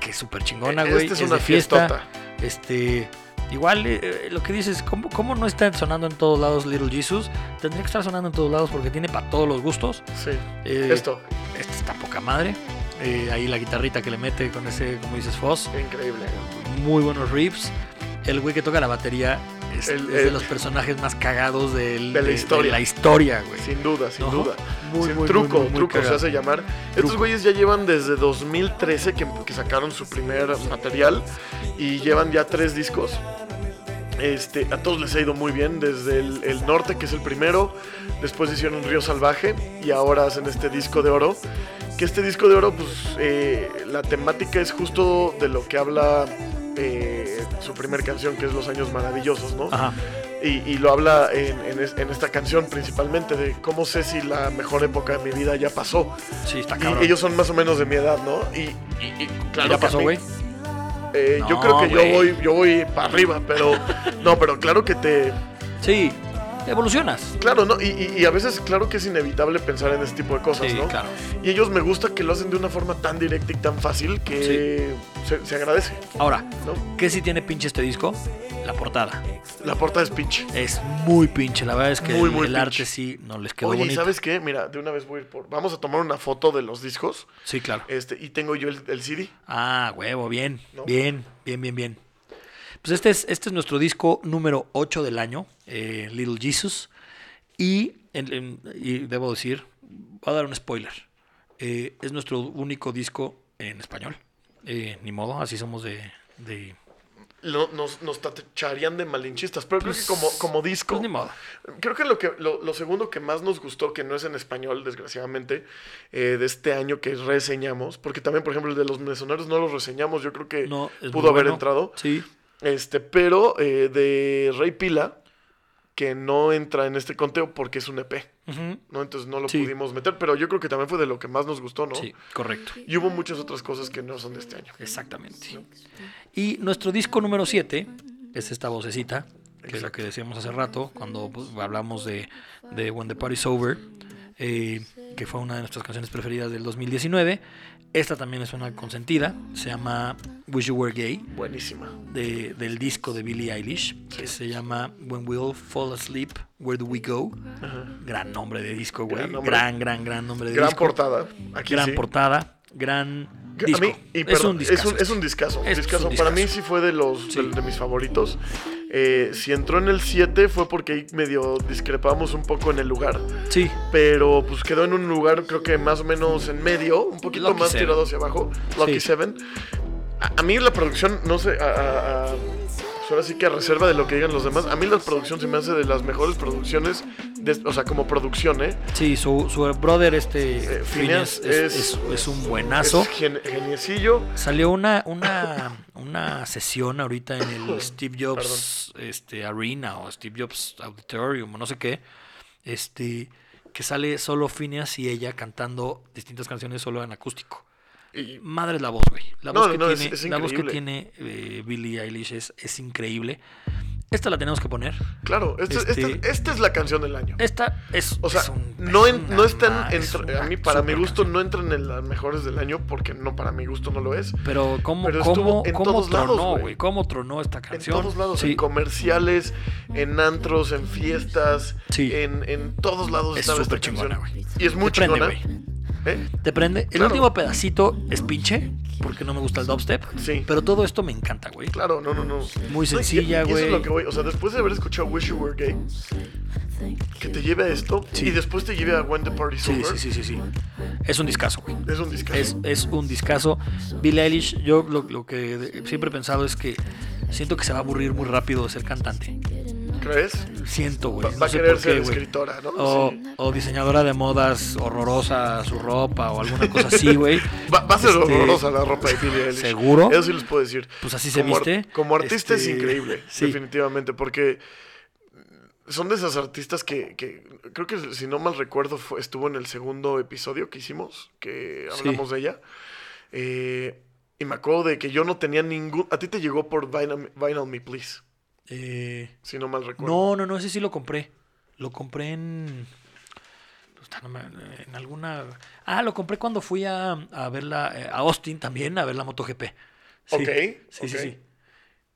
Que es súper chingona,
Eh,
güey.
Esta es,
es
una
de fiesta.
fiestota.
Este. Igual eh, eh, lo que dices, ¿cómo, ¿cómo no está sonando en todos lados Little Jesus? Tendría que estar sonando en todos lados porque tiene para todos los gustos.
Sí.
Eh,
Esto,
Esta está poca madre. Eh, ahí la guitarrita que le mete con ese, como dices, Foss.
increíble.
Muy buenos riffs. El güey que toca la batería es,
El-
es de
el-
los personajes más cagados del-
De la historia.
la historia, güey.
Sin duda, sin
¿No?
duda.
Muy,
Sí,
muy,
truco,
muy, muy, muy
truco se
cagado.
hace llamar. Estos
Truco.
güeyes ya llevan desde 2013 que, que sacaron su primer material y llevan ya tres discos. Este, a todos les ha ido muy bien, desde el, el norte, que es el primero, después hicieron Río Salvaje y ahora hacen este disco de oro. Que este disco de oro, pues eh, la temática es justo de lo que habla eh, su primer canción, que es Los Años Maravillosos, ¿no?
Ajá.
Y, y lo habla en, en es- en esta canción principalmente de cómo sé si la mejor época de mi vida ya pasó.
Sí, está
Y
Ah, cabrón.
ellos son más o menos de mi edad, ¿no? Y, y- y claro
¿Ya
que a
pasó,
mí-
güey?
eh, yo
No,
creo que yo
güey.
voy, yo voy para arriba,
(laughs)
pero no, pero claro que te,
Sí. Evolucionas.
claro, no, y, y- y a veces claro que es inevitable pensar en este tipo de cosas,
Sí,
¿no?
claro.
Y ellos me gusta que lo hacen de una forma tan directa y tan fácil que se, se agradece,
Ahora,
¿no?
¿qué sí tiene pinche este disco? La portada.
La porta es pinche.
Es muy pinche. La verdad es que
Muy,
el,
muy
el
pinche.
arte sí no les quedó
Oye, ¿y
bonito.
sabes qué? Mira, de una vez voy a ir por, vamos a tomar una foto de los discos,
Sí, claro.
este, y tengo yo el- el CD.
Ah, huevo, bien,
¿No?
bien, bien, bien, bien. Pues este es, este es nuestro disco número 8 del año. eh, Little Jesus. Y, en- en- y debo decir, voy a dar un spoiler. Eh, es nuestro único disco en español. Eh, ni modo, así somos de... de
Lo- nos, nos tacharían de malinchistas, pero creo que como, como disco.
pues ni modo.
Creo que lo, que lo, lo segundo que más nos gustó, que no es en español, desgraciadamente, eh, de este año que reseñamos, porque también, por ejemplo, el de los mesoneros no los reseñamos, yo creo que
No, es muy
eh, pudo haber
bueno.
entrado.
Sí,
Este, pero eh, de Rey Pila, que no entra en este conteo porque es un EP,
ujú,
¿no? Entonces no lo
Sí.
pudimos meter, pero yo creo que también fue de lo que más nos gustó, ¿no?
sí, correcto.
Y hubo muchas otras cosas que no son de este año.
Exactamente. Y nuestro disco número 7 es esta vocecita, que es la que decíamos hace rato, cuando pues, hablamos de, de When the Party's Over, eh, que fue una de nuestras canciones preferidas del 2019. Esta también es una consentida, se llama Wish You Were Gay,
Buenísima.
de- del disco de Billie Eilish, que se llama When We All Fall Asleep, Where Do We Go?
Ajá.
Gran nombre de disco, güey.
Gran nombre.
Gran, gran, gran nombre de
Gran
disco.
portada. Aquí
gran
sí.
portada, gran
Que
disco.
A mí, y
es,
perdón,
un discazo
es un discazo. un
Es un
discazo.
discazo.
Para mí sí fue de los
Sí.
de, de mis favoritos. Eh, si entró en el 7 fue porque ahí medio discrepamos un poco en el lugar.
este. Sí,
Pero pues quedó en un lugar creo que más o menos en medio, un poquito
Lucky
más
Seven.
tirado hacia abajo. Lucky
Sí.
Seven. A, a mí la producción, no sé, a- a- a- pues, ahora sí que a reserva de lo que digan los demás, a mí la producción se me hace de las mejores producciones, de- o sea, como producción, ¿eh?
Sí, su, su brother, este
Eh, Phineas
Phineas, es,
es-
es- es un
Es
buenazo.
gen- geniecillo.
Salió una, una, una sesión ahorita en
(laughs)
el Steve Jobs este, Arena o Steve Jobs Auditorium o no sé qué, este, que sale solo Phineas y ella cantando distintas canciones solo en acústico.
Y
Madre es la voz, güey. La,
No,
voz
no,
que
no, es-
tiene-
es
la voz que
increíble.
tiene eh, Billie Eilish es, es increíble. Esta la tenemos que poner.
claro, este-
Este-
esta- esta es la canción del año.
Esta es.
O sea,
es un-
no,
es
en-
una
no están
ma- es
entre- a
una
mí, para mi
super
gusto,
canción.
no entran en las mejores del año porque no, para mi gusto no lo es.
Pero cómo,
Pero
cómo,
estuvo en
cómo
todos lados,
tronó,
güey.
güey. Cómo tronó esta
En
canción.
todos lados,
Sí,
en comerciales, en antros, en fiestas,
Sí.
en, en todos lados
es
estaba
súper
esta
chingona,
canción.
güey.
Y es muy
Te prende,
chingona.
güey.
¿eh?
Te prende. El
Claro.
último pedacito es pinche, porque no me gusta el dubstep.
Sí.
Pero todo esto me encanta, güey.
Claro, no, no, no. No,
Muy
y-
sencilla,
y Eso
güey.
es lo que voy. O sea, después de haber escuchado Wish You Were Gay, que te lleve a esto
Sí.
y después te lleve a When the Party's
Sí,
Over,
sí, sí, sí, sí. Es un discazo, güey.
es un discazo.
Es, es un discazo. Billie Eilish, yo lo, lo que de- siempre he pensado es que siento que se va a aburrir muy rápido de ser cantante.
¿Crees?
Siento, güey.
Va,
Pues no
va a
sé
querer
por qué,
ser
güey. Oh,
escritora, ¿no?
O,
Sí.
o diseñadora de modas horrorosa su ropa o alguna cosa así, güey.
(laughs) Va, va a ser
Este,
horrorosa la ropa de Billie Eilish.
¿Seguro?
Eso sí les puedo decir.
Pues así se
como ar-
viste.
como artista
Este,
es increíble,
sí.
definitivamente, porque son de esas artistas que, que creo que si no mal recuerdo fue- estuvo en el segundo episodio que hicimos, que
Sí.
hablamos de ella. Eh, y me acuerdo de que yo no tenía ningún... A ti te llegó por Vinyl, Vinyl Me Please,
Eh,
si no mal recuerdo.
no, no, no, ese sí lo compré. Lo compré en. puta, no me- En alguna. Ah, lo compré cuando fui a, a ver la- eh, a Austin también, a ver la MotoGP. Sí,
Ok,
Sí, sí,
ok.
sí.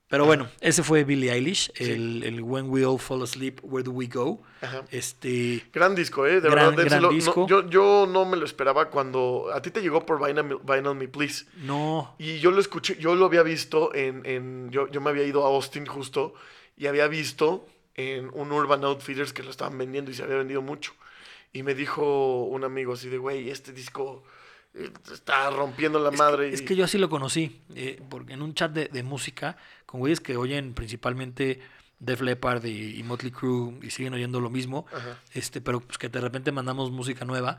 Pero bueno, ese fue Billie Eilish,
Sí.
el, el When We All Fall Asleep, Where Do We Go.
Ajá.
Este.
Gran disco, ¿eh? De verdad,
Gran- gran
dénselo. No,
disco.
yo, yo no me lo esperaba cuando... A ti te llegó por Vinyl, Vinyl Me Please.
No.
Y yo lo escuché, yo lo había visto en, en- yo, yo me había ido a Austin justo y había visto en un Urban Outfitters que lo estaban vendiendo y se había vendido mucho. Y me dijo un amigo así de, güey, este disco eh, está rompiendo la
Es que-
madre.
Es
y-
que yo así lo conocí, eh, porque en un chat de, de música, con güeyes que oyen principalmente Def Leppard y, y Motley Crue y siguen oyendo lo mismo,
Ajá.
este, pero pues que de repente mandamos música nueva,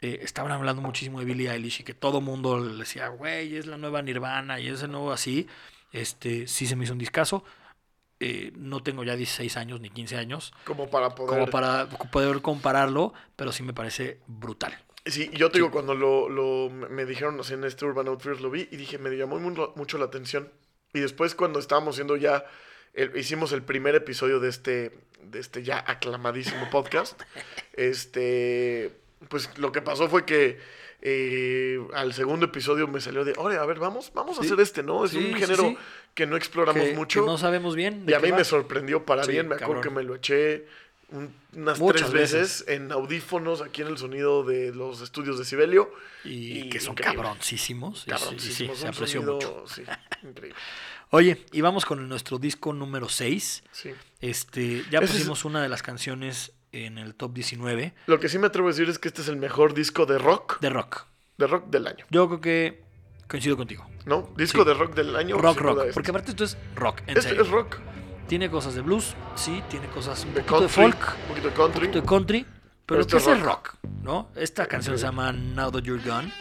eh, estaban hablando muchísimo de Billie Eilish y que todo mundo le decía, güey, es la nueva Nirvana y es el nuevo así. Este, sí se me hizo un discazo. Eh, no tengo ya 16 años ni 15 años
Como para poder...
como para poder compararlo, pero sí me parece brutal.
Sí, y yo te digo, cuando lo, lo- me me dijeron así en este Urban Outfitters, lo vi y dije, me llamó mu- mucho la atención. Y después cuando estábamos haciendo ya, el- hicimos el primer episodio de este, de este ya aclamadísimo
(laughs)
podcast, este, pues lo que pasó fue que eh, al segundo episodio me salió de, oye, a ver, vamos, vamos a
Sí.
hacer este, ¿no? Es
Sí,
un
sí,
género
sí.
que no exploramos
Que- que
mucho.
no sabemos bien. de
Y a
qué
mí
va.
me sorprendió para
Sí,
bien, me acuerdo
cabrón.
que me lo eché un- unas
Muchas
tres veces, en audífonos aquí en el sonido de los estudios de Sibelio.
Y,
Y
que son
increíble.
cabroncísimos. y sí, y sí,
Cabroncísimos,
se
un
apreció
sonido,
mucho.
Sí, increíble.
Oye, y vamos con nuestro disco número 6.
Sí.
Este, ya
Ese es-
pusimos una de las canciones en el top 19
Lo que sí me atrevo a decir es que este es el mejor disco de rock,
de rock.
de rock del año,
Yo creo que coincido contigo.
¿no? Disco
Sí.
de rock del año.
Rock,
sin duda
rock.
es.
Porque aparte esto es rock, en
Este
serio.
es rock,
Tiene cosas de blues, sí, tiene cosas un
de
poquito
country,
de folk,
un poquito de
un
country.
poquito de country, pero
Este
que
es
es el rock, ¿no? Esta canción se llama Now That You're Gone.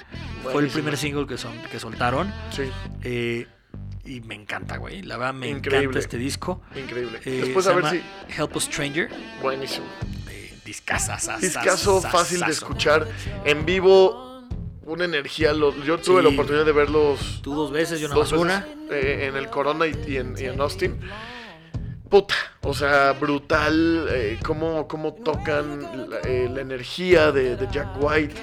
Fue el
Buenísimo.
primer single que, son, que soltaron.
Sí,
eh, y me encanta, güey. La verdad, me
Increíble.
encanta este disco.
increíble.
Eh,
Después
se
a ver
llama
si...
Help a Stranger.
Buenísimo.
Eh, discaza,
Discaso fácil de escuchar. En vivo, una energía. lo- yo tuve
Sí.
la oportunidad de verlos
Tú dos veces, yo nada
dos
más una.
veces eh, en el Corona y, y en, y en Austin. Puta, o sea, brutal eh, cómo, cómo tocan la, eh, la energía de, de Jack White,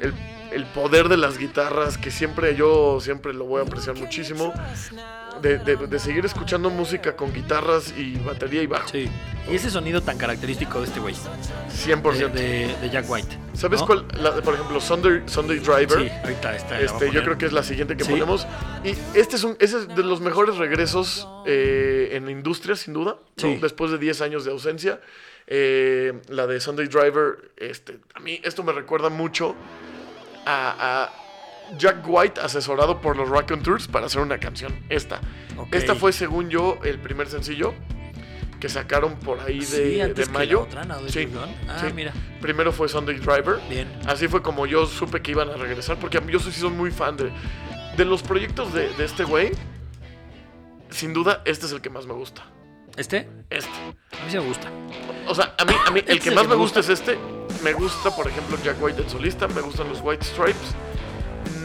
el, el poder de las guitarras, que siempre yo siempre lo voy a apreciar muchísimo, de, de- de seguir escuchando música con guitarras y batería y bajo,
Sí. Y ese sonido tan característico de este güey,
100%.
de, de- de Jack White.
¿Sabes
¿no?
cuál? La- por ejemplo, Sunday, Sunday Driver.
Sí, ahorita está.
Este, yo creo que es la siguiente que
Sí.
ponemos. Y este es, un, ese es de los mejores regresos eh, en la industria, sin duda. ¿no?
Sí.
Después de 10 años de ausencia. Eh, la de Sunday Driver, este, a mí esto me recuerda mucho a, a Jack White asesorado por los Raconteurs para hacer una canción. Esta.
Ok.
Esta fue, según yo, el primer sencillo que sacaron por ahí de,
Sí,
de
antes que
mayo.
la otra, Now That
Sí,
You're Gone. Ah,
sí.
mira.
Primero fue Sunday Driver.
Bien.
Así fue como yo supe que iban a regresar, porque a mí- yo sí soy muy fan de, de los proyectos de, de este güey. Sin duda, este es el que más me gusta.
Este,
Este.
a mí sí me gusta.
O sea, a mí, a mí el
Este
que
es
más
el que
me
me
gusta es este. Me gusta, por ejemplo, Jack White, el solista. Me gustan los White Stripes.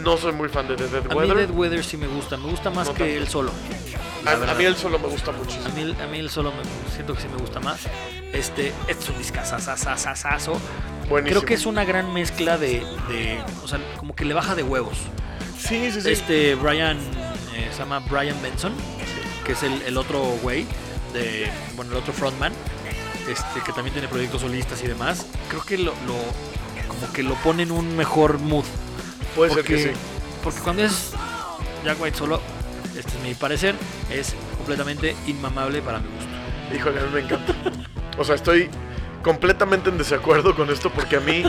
No soy muy fan de The Dead
A mí
Weather.
Dead Weather sí me gusta. Me gusta más
No
que
tanto.
el solo.
A-
la
a,
verdad.
mí él solo me gusta
A
muchísimo.
mí, el- a mí el solo me siento que sí me gusta más. Este, este es un discazazazazazazo.
Buenísimo.
Creo que es una gran mezcla de, de- O sea, como que le baja de huevos.
Sí, sí, sí.
Este Brian. eh, se llama Brian Benson, que es el, el otro güey. De, bueno, el otro frontman. Este, que también tiene proyectos solistas y demás. Creo que lo. lo- como que lo pone en un mejor mood.
Puede ser
porque,
que sí.
porque cuando es Jack White solo, este es mi parecer, es completamente inmamable para mi gusto.
Híjole, a mí me encanta. O sea, estoy completamente en desacuerdo con esto porque a mí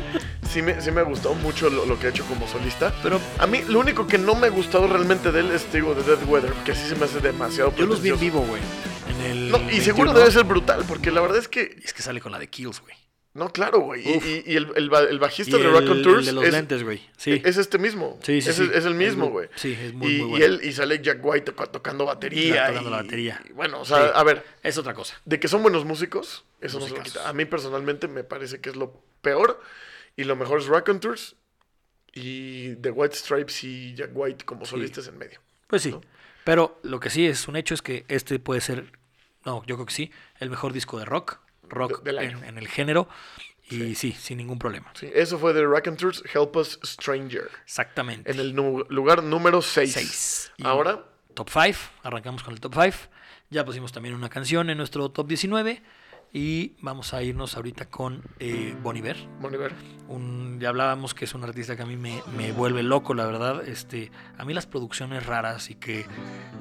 sí me, sí me ha gustado mucho lo, lo que ha hecho como solista.
Pero
A mí lo único que no me ha gustado realmente de él es, te digo, de Dead Weather, que así se me hace demasiado
yo los vi en
pretencioso.
vivo, güey. En el.
No, y seguro
21.
debe ser brutal, porque la verdad es que...
Es que sale con la de Kills, güey.
No, claro, güey. Y,
Uf.
y- y el, el ba- el bajista
Y
de
el-
Rock on
el
Tours
de los
es,
lentes, güey. Sí.
es este mismo.
sí, sí,
es,
sí.
es el mismo,
muy-
güey.
Sí, es muy,
Y,
muy
y
bueno.
él y sale Jack White toca- tocando batería.
Tocando
y-
la batería.
y bueno, o sea, a ver,
Es otra cosa.
de que son buenos músicos, eso no se lo
Musicazos.
quita. A mí personalmente me parece que es lo peor y lo mejor es Rock on Tours y The White Stripes y Jack White como solistas en medio.
Pues sí.
¿No?
Pero lo que sí es un hecho es que este puede ser, no, yo creo que sí, el mejor disco de rock. Rock
De- del año.
en, en el género. Y sí, sin ningún problema.
Sí, eso fue de Rack and Truth, Help Us Stranger.
Exactamente.
En el nu- lugar número 6.
Seis. Y-
Ahora,
top 5. Arrancamos con el top 5. Ya pusimos también una canción en nuestro top 19. Y vamos a irnos ahorita con eh, Bon Iver.
Moniver.
Un, ya hablábamos que es un artista que a mí me, me vuelve loco, la verdad. Este, a mí las producciones raras y que,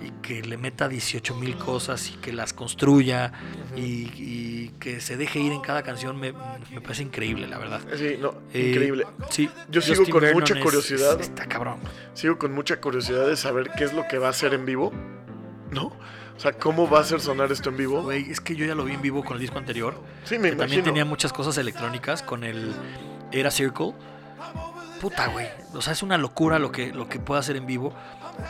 y que le meta 18 mil cosas y que las construya y, y que se deje ir en cada canción me, me parece increíble, la verdad.
Sí, no,
Eh,
increíble.
Sí,
Yo sigo con mucha
es-
curiosidad.
es- está cabrón.
Sigo con mucha curiosidad de saber qué es lo que va a hacer en vivo, ¿no? O sea, ¿cómo va a hacer sonar esto en vivo?
Güey, es que yo ya lo vi en vivo con el disco anterior.
Sí, me
que también
imagino.
tenía muchas cosas electrónicas con el Era Circle. Puta, güey. O sea, es una locura lo que, lo que puede hacer en vivo.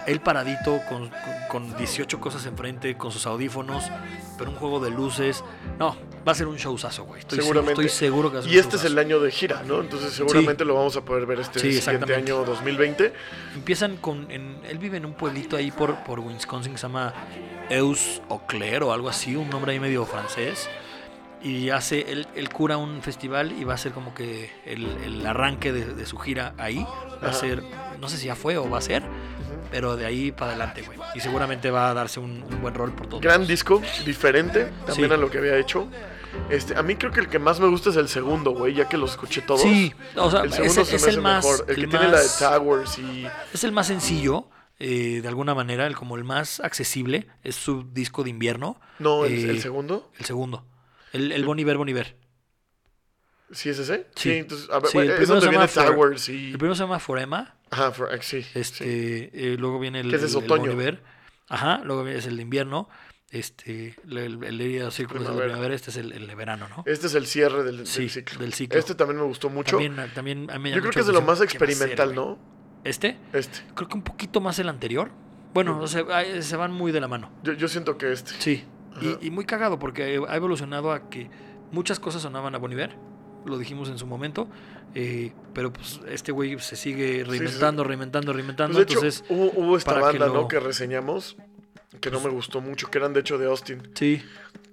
Él paradito con, con, con 18 cosas enfrente, con sus audífonos, pero un juego de luces. No, va a ser un showzazo, güey. Estoy,
Seguramente.
estoy seguro que va a ser
Y
un
este es el
showzazo.
año de gira, ¿no? Entonces seguramente lo vamos a poder ver este
Sí,
siguiente
exactamente.
año 2020.
Empiezan con. en- él vive en un pueblito ahí por, por Wisconsin que se llama Eus Ocler o algo así, un nombre ahí medio francés. Y hace. Él, él cura un festival y va a ser como que el, el arranque de, de su gira ahí.
Ajá.
Va a ser. No sé si ya fue o va a ser. pero de ahí para adelante, güey. Y seguramente va a darse un, un buen rol por todo.
Gran disco, diferente también
Sí.
a lo que había hecho. Este, a mí creo que el que más me gusta es el segundo, güey, ya que los escuché todos.
Sí, o sea,
el segundo
es,
se
es
me
el
hace
más,
mejor. El,
el
que tiene la de
más-
Towers y.
es el más sencillo, eh, de alguna manera, el como el más accesible. Es su disco de invierno.
No, el,
Eh,
el segundo.
El segundo. El, el Bon Iver, Bon Iver.
¿Sí es ese?
sí.
entonces, a ver,
Sí, el
bueno, es
primero
donde
se
viene
llama Flor.
Towers y.
El primero se llama Forema.
Ajá, Fra- sí.
Este,
sí.
eh, luego viene el,
Que ese es
el- el
otoño.
Bon Iver. Ajá, luego viene- es el de invierno. Este, el, el, el Lady de los Círculos es el de
Primavera.
primavera, este es el, el de verano, ¿no?
Este es el cierre del, del
Sí,
ciclo.
del ciclo.
Este también me gustó mucho.
También, también a mí me
Yo
llama
creo
mucho
que
la
es de lo
atención
más
qué va a ser,
experimental,
güey.
¿no?
Este,
Este.
creo que un poquito más el anterior. Bueno, o sea, ay, se van muy de la mano.
Yo, yo siento que este.
Sí.
Ajá.
Y, y muy cagado porque ha evolucionado a que muchas cosas sonaban a Boniver. Lo dijimos en su momento. eh, pero pues este güey se sigue reinventando, reinventando,
Pues,
reinventando.
de hecho,
entonces,
hubo, hubo esta
para que
banda,
lo-
¿no? Que reseñamos. Que no me gustó mucho, que eran de hecho de Austin.
sí.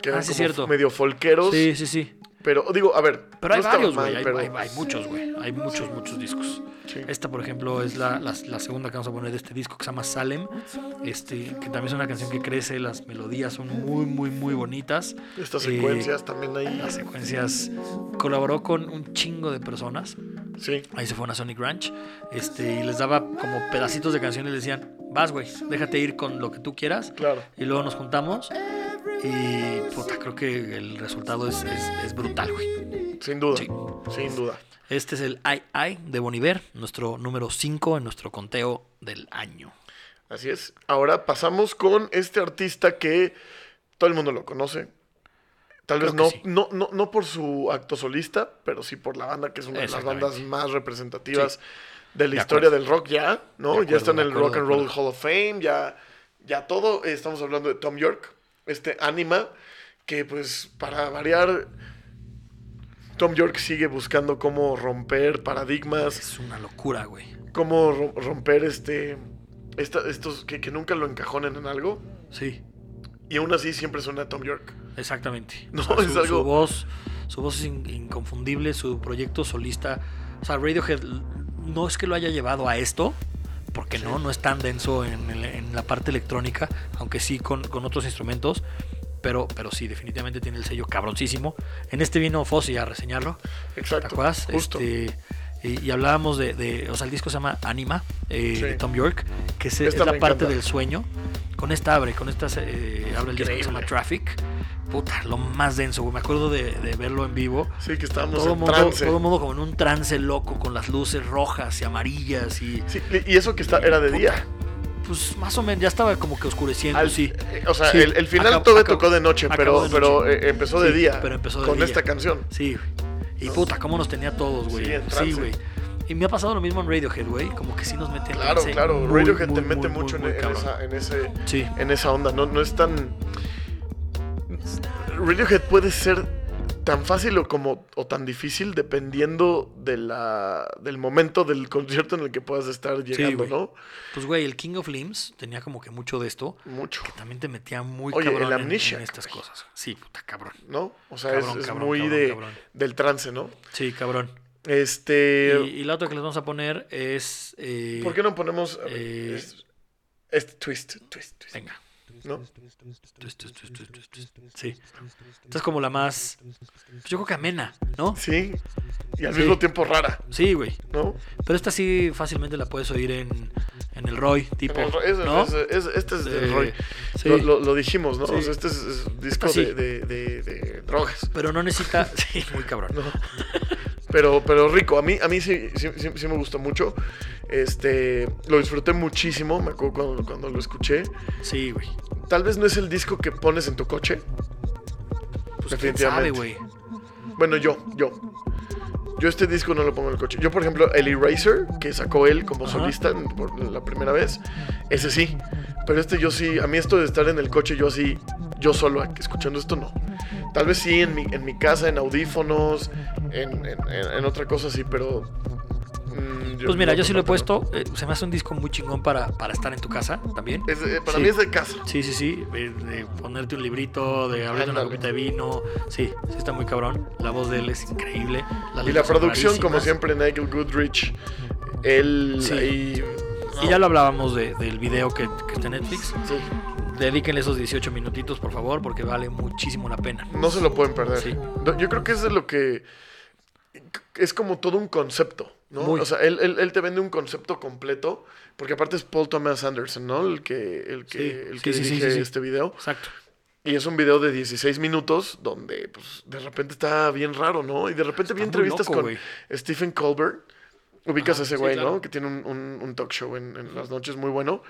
Que
Ah,
eran
sí,
como
cierto.
medio folqueros.
Sí, sí, sí.
Pero digo, a ver.
Pero hay
no estaba
varios,
mal,
güey. Hay,
pero-
hay- hay muchos, güey. Hay muchos, muchos discos.
sí.
Esta, por ejemplo, es la, la- la segunda que vamos a poner de este disco que se llama Salem. Este, que también es una canción que crece. Las melodías son muy, muy, muy bonitas.
Estas
eh,
secuencias también ahí.
Las secuencias. Colaboró con un chingo de personas.
Sí.
Ahí se fue a Sonic Ranch. Este, y les daba como pedacitos de canciones y les decían, vas, güey, déjate ir con lo que tú quieras.
Claro.
Y luego nos juntamos. Y puta, creo que el resultado es, es- es brutal, güey.
Sin duda.
Sí.
Sin duda.
Este es el Ai Ai de Boniver, nuestro número 5 en nuestro conteo del año.
Así es. Ahora pasamos con este artista que todo el mundo lo conoce. Tal vez
Creo que
no,
sí.
no, no, no por su acto solista, pero sí por la banda, que es una de las
Exactamente.
bandas más representativas
Sí.
de la
De
historia
acuerdo.
del rock ya, ¿no?
De
ya
acuerdo,
está en
de
el
acuerdo,
Rock and
de
Roll
acuerdo.
Hall of Fame, ya, ya todo. Eh, Estamos hablando de Tom York, este Anima, que pues para variar, Tom York sigue buscando cómo romper paradigmas,
Es una locura, güey.
cómo ro- romper este esta- estos que, que nunca lo encajonen en algo
Sí,
y aún así siempre suena Tom York.
exactamente.
No,
su,
es
su
algo-
voz, su voz es in- inconfundible, su proyecto solista. O sea, Radiohead l- no es que lo haya llevado a esto, porque no, no es tan denso en, el- en la parte electrónica, aunque sí con, con otros instrumentos. Pero, pero sí, definitivamente tiene el sello cabroncísimo. En este vino Fossi a reseñarlo. ¿Te
Exacto.
acuerdas?
Justo.
Este, y, y hablábamos de, de- O sea, el disco se llama Anima, eh,
Sí.
de Tom York, que es, es
Esta
la
me
parte
encanta.
del sueño. Con esta abre, con esta se- eh, abre el disco que se llama
Increíble.
Traffic. Puta, lo más denso, güey. Me acuerdo de, de verlo en vivo.
Sí, que estábamos
Todo
en
mundo,
trance.
todo mundo como en un trance loco, con las luces rojas y amarillas y.
Sí, y eso que está, era de
Puta,
día.
Pues más o menos, ya estaba como que oscureciendo,
Al-
sí.
eh, O sea,
Sí,
el, el final
acab-
todo
acab-
tocó de noche, pero,
acabó de
pero
noche.
eh, empezó de
Sí,
día.
pero empezó de
con
día.
esta canción.
Sí, güey. Y puta, cómo nos tenía a todos, güey.
Sí, en
Sí,
trance.
güey. y me ha pasado lo mismo en Radiohead, güey. Como que sí nos mete en
Claro,
trance
claro.
muy,
Radiohead
muy,
te mete
muy,
mucho
muy,
en, en
cabrón.
esa, en, ese,
Sí,
en esa onda. No, no es tan. Radiohead puede ser tan fácil o como o tan difícil dependiendo de la, del momento del concierto en el que puedas estar llegando,
güey.
¿no?
pues güey, el King of Limbs tenía como que mucho de esto.
Mucho,
Que también te metía muy
Oye,
cabrón
el
en-
Amnesia,
en, estas
güey.
cosas. Sí, puta, cabrón.
¿no? O sea, es-
Cabrón,
es,
cabrón,
muy
cabrón,
de,
cabrón.
del trance, ¿no?
Sí, cabrón. Y,
Este.
y la otra que les vamos a poner es... eh,
¿Por qué no ponemos a ver,
eh,
es- este twist, twist, twist,
Venga.
¿no?
Twist, twist, twist, twist, twist, twist. Sí. Esta es como la más... pues yo creo que amena, ¿no?
Sí. Y al
Sí.
mismo tiempo rara,
Sí, güey.
¿no?
Pero esta sí fácilmente la puedes oír en, en el Roy, tipo.
En el Roy- es-
¿no?
es- es- este es
Eh,
del Roy.
sí.
Lo, lo- lo dijimos, ¿no?
Sí. Pues
O sea, este es, es disco
sí.
de, de- de- de drogas.
Pero no necesita. (laughs) Sí, muy cabrón.
¿no? Pero, pero rico, a mí, a mí sí, sí, sí- sí me gustó mucho. Este, lo disfruté muchísimo, me acuerdo cuando, cuando lo escuché.
Sí, güey.
Tal vez no es el disco que pones en tu coche.
Pues quién sabe, güey.
Bueno, yo, yo. Yo este disco no lo pongo en el coche. Yo, por ejemplo, el Eraser, que sacó él como
Ajá.
solista en- por la primera vez, ese sí. Pero este yo sí, a mí esto de estar en el coche, yo así, yo solo aquí escuchando esto, no. Tal vez sí en mi, en mi casa, en audífonos, en, en- en- en otra cosa así, pero... mm,
Pues mira,
no,
yo sí lo he
no, no.
puesto. eh, se me hace un disco muy chingón para, para estar en tu casa también.
Es de- para
Sí.
mí es de casa.
Sí, sí, sí. De, de ponerte un librito, de abrirte una
Ándale.
copita de vino. Sí, sí está muy cabrón. La voz de él es increíble.
Y la
letras son
producción, como
rarísimas.
siempre, Nigel Goodrich, él
Sí.
ahí
Y ya lo hablábamos de- del video que, que está en Netflix.
Sí.
Dedíquenle esos 18 minutitos, por favor, porque vale muchísimo la pena.
No se lo pueden perder.
Sí.
No, Yo creo que es de lo que. Es como todo un concepto, ¿no?
Muy.
O sea, él, él- él te vende un concepto completo, porque aparte es Paul Thomas Anderson, ¿no? El que, el que,
Sí.
el que
Sí, sí, sí,
dirige
sí, sí.
este video.
Exacto.
Y es un video de 16 minutos donde, pues, de repente está bien raro, ¿no? Y de repente vi
muy
entrevistas
loco,
con
güey.
Stephen Colbert. Ubicas
Ajá,
a ese
sí,
güey,
claro.
¿no? Que tiene un, un- un talk show en, en las noches muy bueno.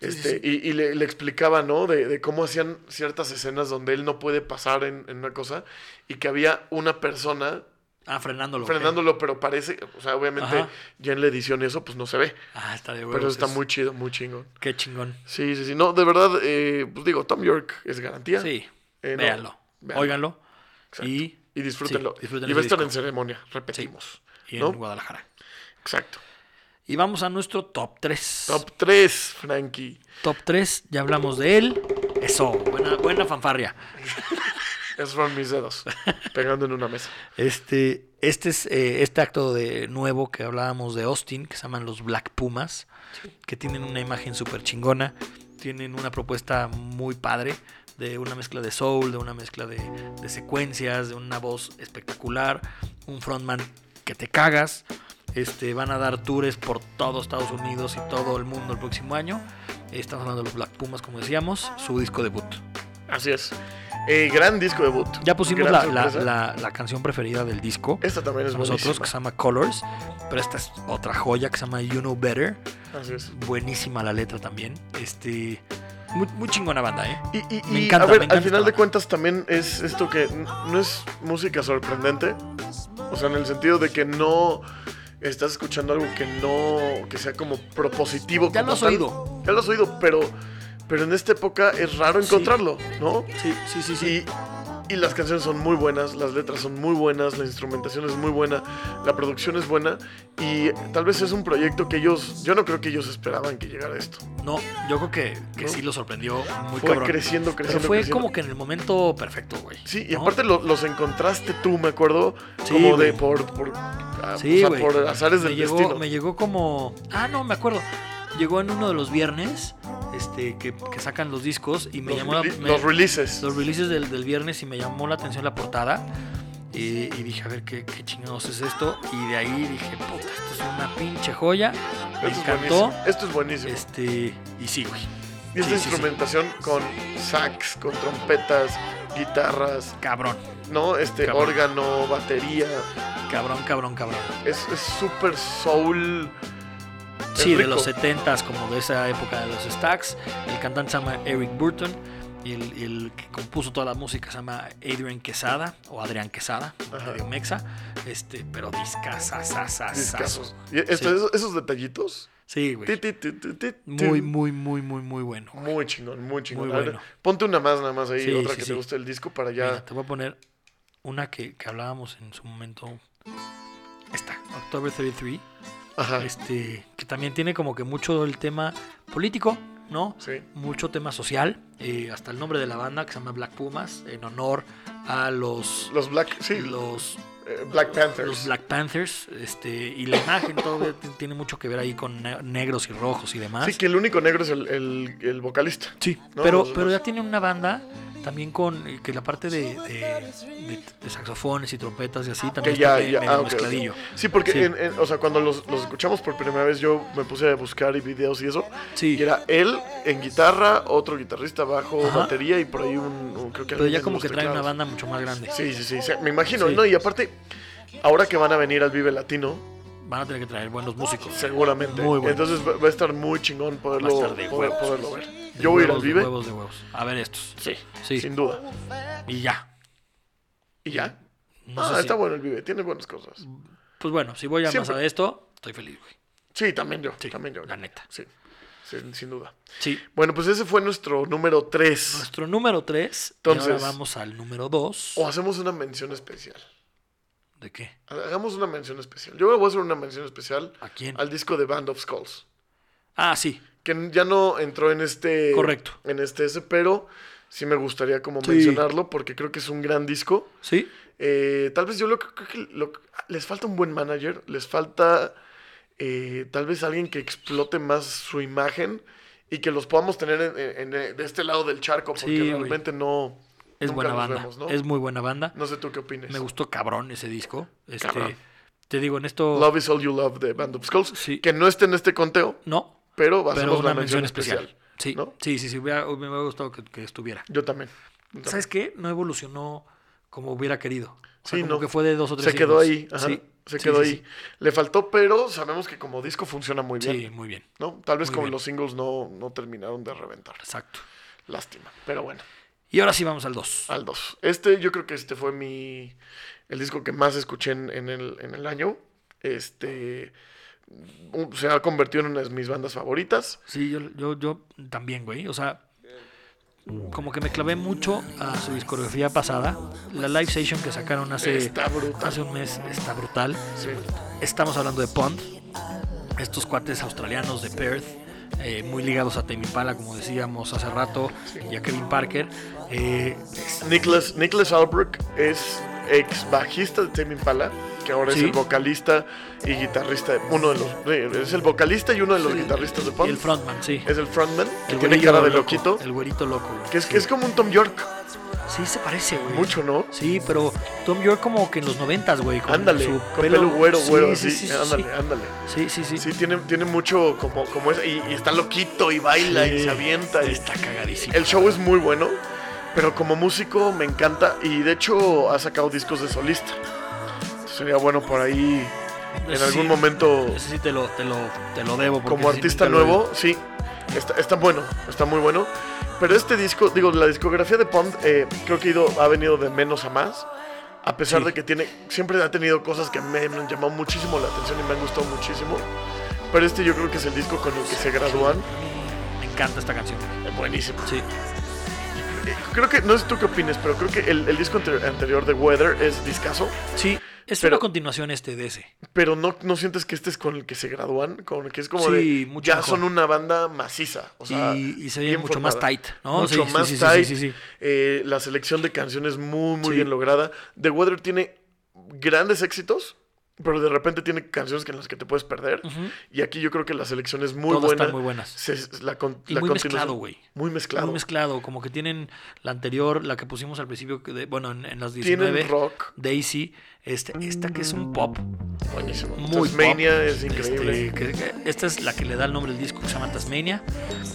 Este, Y, y le, le explicaba, ¿no? De, de cómo hacían ciertas escenas donde él no puede pasar en, en una cosa y que había una persona
Ah, frenándolo. ok.
frenándolo, pero parece, o sea, obviamente
Ajá.
ya en la edición eso pues no se ve.
Ah, está de huevos.
Pero está
es-
muy chido, muy chingón.
Qué chingón.
Sí, sí, sí. No, de verdad, eh, pues digo, Tom York es garantía.
Sí.
Eh, no,
véanlo.
véanlo.
Óiganlo.
Exacto.
Y,
Y disfrútenlo.
Sí, disfrútenlo
y va a
ese
estar en
disco.
ceremonia, repetimos.
y en
¿no?
Guadalajara.
Exacto.
Y vamos a nuestro top 3.
Top 3, Frankie.
Top 3, ya hablamos de él. Eso, buena, buena fanfarria.
Es Ron mis
(laughs)
dedos, pegando en una mesa.
Este, este es eh, este acto de nuevo que hablábamos de Austin, que se llaman los Black Pumas, que tienen una imagen súper chingona, tienen una propuesta muy padre de una mezcla de soul, de una mezcla de, de secuencias, de una voz espectacular, un frontman que te cagas. Este, van a dar tours por todo Estados Unidos y todo el mundo el próximo año. Eh, Estamos hablando de los Black Pumas, como decíamos, su disco debut.
Así es. Eh, gran disco debut.
Ya pusimos la,
Gran
la-
sorpresa.
la- la canción preferida del disco
Esta también es
a nosotros,
buenísima.
que se llama Colors. Pero esta es otra joya que se llama You Know Better.
Así es.
Buenísima la letra también. Este, muy, muy chingona banda, ¿eh?
Y, y-
Me
y,
encanta,
a ver,
me encanta
al final
esta
de
banda.
cuentas también es esto que n- no es música sorprendente. O sea, en el sentido de que no estás escuchando algo que no, que sea como propositivo.
Ya
como
lo has
tal.
oído.
Ya lo has oído, pero, pero en esta época es raro
Sí.
encontrarlo, ¿no?
Sí, sí, sí,
Y, y las canciones son muy buenas, las letras son muy buenas, la instrumentación es muy buena, la producción es buena y tal vez es un proyecto que ellos, yo no creo que ellos esperaban que llegara esto.
No, yo creo que, que
¿No?
sí lo sorprendió muy
fue
cabrón.
creciendo, creciendo.
pero fue
creciendo.
como que en el momento perfecto, güey.
Sí, y
¿no?
aparte lo- los encontraste tú, me acuerdo,
Sí,
como
güey.
de por, por, ah,
Sí,
o sea,
güey.
por azares
me
del
llegó,
destino.
Me llegó como. Ah, no, me acuerdo. Llegó en uno de los viernes este, que, que sacan los discos y me
los,
llamó la-
rele-
me-
los releases.
los releases del, del viernes y me llamó la atención la portada. eh, y dije, a ver, ¿qué, qué chingados es esto? Y de ahí dije, puta, esto es una pinche joya.
Esto
Me
es
encantó.
buenísimo. Esto es buenísimo.
Este, y sí, güey.
y esta
sí, sí,
instrumentación con sax, con trompetas, guitarras,
Cabrón,
¿no? Este
Cabrón.
órgano, batería.
cabrón, cabrón, cabrón.
Es es súper soul. Es
Sí, de
rico.
los 70s, como de esa época de los Stacks. El cantante se llama Eric Burton. Y el, y el que compuso toda la música se llama Adrian Quesada o Adrián Quesada,
Ajá.
medio mexa. Este, pero discasasasasas.
discazos. Y esto-
Sí.
esos, esos detallitos.
Sí, güey.
Ti, ti, ti, ti, ti,
Muy,
tin.
muy, muy, muy, muy bueno.
Muy chingón, muy chingón.
Muy
A ver,
bueno.
Ponte una más, nada más ahí,
Sí,
otra
sí,
que
sí.
te guste el disco para
Mira,
ya.
te voy a poner una que, que hablábamos en su momento. Esta, October 33.
Ajá.
Este, que también tiene como que mucho el tema político, ¿no?
Sí.
Mucho tema social. eh, hasta el nombre de la banda que se llama Black Pumas, en honor a los.
Los Black, sí,
los
eh, Black Panthers.
los Black Panthers, este, y la imagen todo t- tiene mucho que ver ahí con ne- negros y rojos y demás.
Sí, que el único negro es el, el- el vocalista.
Sí,
No,
pero,
los-
pero
los-
ya tiene una banda también con eh, que la parte de, de- de- de saxofones y trompetas y así también
Que ya,
está me-
ya.
medio
ah, ok, ok.
mezcladillo.
Sí, porque,
Sí.
en- en- o sea, cuando los, los escuchamos por primera vez, yo me puse a buscar y videos y eso.
Sí,
Y era él en guitarra, otro guitarrista bajo,
Ajá.
batería y por ahí un. un- creo que
pero
alguien
ya
en
como
los
que traen una
teclados.
banda mucho más grande.
Sí, sí, sí, sí, me imagino,
Sí.
¿no? Y aparte, ahora que van a venir al Vive Latino,
Van a tener que traer buenos músicos.
seguramente.
Muy bueno.
Entonces va, va a estar muy chingón poderlo,
Va a estar de
poder-
huevos.
poderlo ver.
De
Yo voy a ir al
huevos, de
Vive,
huevos, de huevos. A ver estos. Sí.
sin duda.
Y ya.
¿Y ya?
No
ah,
sé si-
está bueno el Vive, tiene buenas cosas.
Pues bueno, si voy a más
Siempre-
a esto, estoy feliz, güey.
Sí, también yo,
Sí,
también yo.
la neta.
Sí, sin, sin duda.
Sí.
Bueno, pues ese fue nuestro número 3.
Nuestro número 3. y
Entonces- Oh.
ahora vamos al número 2.
O hacemos una mención especial.
¿De qué?
Hagamos una mención especial. Yo voy a hacer una mención especial
¿A quién?
al disco de Band of Skulls.
Ah, sí.
que ya no entró en este
Correcto.
en este ese pero sí me gustaría como
Sí.
mencionarlo porque creo que es un gran disco
Sí.
Eh, tal vez yo lo que creo que lo- les falta un buen manager les falta eh, tal vez alguien que explote más su imagen y que los podamos tener en- en- en- de este lado del charco, porque
Sí, güey.
realmente no.
Es
nunca
buena
los
banda.
vemos, ¿no?
Es muy buena banda.
No sé tú qué opines.
Me gustó cabrón ese disco. Este,
Cabrón.
Te digo, en esto.
Love is All You Love de Band of Skulls,
Sí.
que no esté en este conteo,
No,
pero hacemos
pero una
la mención,
mención
especial.
especial. Sí,
¿no?
sí, sí, sí, hubiera- me hubiera gustado que, que estuviera.
Yo también. Yo también.
¿Sabes qué? No evolucionó como hubiera querido. O sea,
Sí,
como
no.
que fue de dos o tres
Se quedó
singles.
ahí. ajá,
Sí,
Se
sí,
quedó
sí,
ahí. Le faltó, pero sabemos que como disco funciona muy
Sí,
bien.
Sí, muy bien.
¿no? Tal vez
Muy
como
bien.
los singles no, no terminaron de reventar.
Exacto.
Lástima. Pero bueno,
Y ahora sí vamos al 2.
al 2. Este, yo creo que este fue mi. El disco que más escuché en, en el, en el año. Este. un- Se ha convertido en una de mis bandas favoritas.
Sí, yo, yo, yo también, güey. O sea, como que me clavé mucho a su discografía pasada. La live session que sacaron hace,
Está brutal.
hace un mes está brutal.
Sí.
Estamos hablando de Pond, estos cuates australianos de Perth, eh, muy ligados a Temi Pala, como decíamos hace rato, y a Kevin Parker. Eh,
Nicholas, Nicholas Albrook es ex bajista de Tame Impala, que ahora es
Sí.
el vocalista y guitarrista de uno de los es el vocalista y uno de los guitarristas de
y el
Pond.
frontman, sí.
Es el frontman, que
El
tiene
güerillo
cara de
loco,
loquito,
El güerito loco. güey.
que es
sí.
que es como un Tom York,
Sí, se parece, güey.
mucho, ¿no?
Sí, pero Tom York como que en los noventas, güey. con
Ándale,
su
con pelo, güero,
Sí,
güero,
sí,
así.
sí, sí,
ándale, ándale.
Sí, sí, sí.
Sí, tiene, tiene mucho como, como es, y, y está loquito y baila y
Sí,
se avienta. y-
Está cagadísimo.
El show es muy bueno, pero como músico me encanta y de hecho ha sacado discos de solista. Sería bueno por ahí en algún
Ese Pues sí,
momento
Ese sí te lo, te lo, te lo debo. porque
como
ese sí
artista
nunca lo he
nuevo, sí, está, está bueno, está muy bueno. Pero este disco, digo, la discografía de Pond eh, creo que ha ido, ha venido de menos a más. A pesar
Sí.
de que tiene, siempre ha tenido cosas que me han llamado muchísimo la atención y me han gustado muchísimo. Pero este yo creo que es el disco con el que se gradúan.
oído. Me encanta esta canción.
Eh, buenísimo.
Sí.
Eh, Creo que, no sé tú qué opinas, pero creo que el, el disco anter- anterior de Weather es discaso.
Sí, es
Pero-
una continuación este de ese.
Pero no, no sientes que este es con el que se gradúan, con el que es como
Sí,
de.
mucho
Ya
mejor.
son una banda maciza. O sea,
y, y se ve
bien
mucho más
formada.
tight, ¿no?
Mucho
Sí, sí,
más
sí, sí,
tight.
Sí, sí, sí.
Eh, la selección de canciones muy, muy
Sí.
bien lograda. The Weather tiene grandes éxitos, pero de repente tiene canciones que en las que te puedes perder.
Ujú.
Y aquí yo creo que la selección es muy
Todas
buena.
están muy buenas.
Se- la con-
Y
la
muy
continuación-
mezclado, güey.
Muy mezclado.
Muy mezclado, como que tienen la anterior, la que pusimos al principio, que de- bueno, en, en las
Tienen
19,
rock.
Daisy, este, esta que es un pop,
Buenísimo.
muy
Tasmania
pop.
es increíble.
Este, que- que- esta es la que le da el nombre al disco, que se llama Tasmania.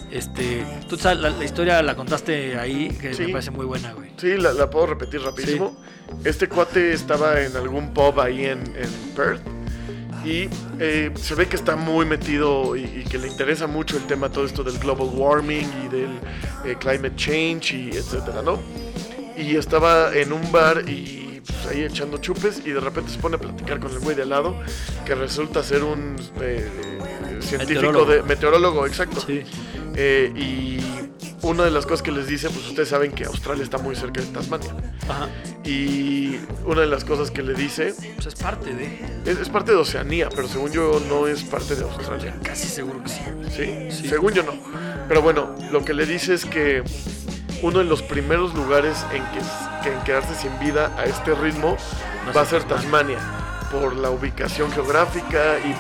Este, tú sabes, la, la historia la contaste ahí, que
Sí.
me parece muy buena, güey.
Sí, la, la puedo repetir rapidísimo. Este cuate estaba en algún pub ahí en, en Perth y eh, se ve que está muy metido y, y que le interesa mucho el tema todo esto del global warming y del eh, climate change y etcétera, ¿no? Y estaba en un bar y pues, ahí echando chupes y de repente se pone a platicar con el güey de al lado que resulta ser un eh, eh, científico
Meteorólogo.
de meteorólogo, exacto.
Sí,
Eh, y una de las cosas que les dice, pues ustedes saben que Australia está muy cerca de Tasmania.
ajá.
Y una de las cosas que le dice,
Pues es parte de,
es, es parte de Oceanía, pero según yo no es parte de Australia.
casi seguro que sí.
¿sí?
Sí.
Según yo no. Pero bueno, lo que le dice es que uno de los primeros lugares en, que, que en quedarse sin vida a este ritmo
Va a
va a
ser
ser Tasmania, por la ubicación geográfica y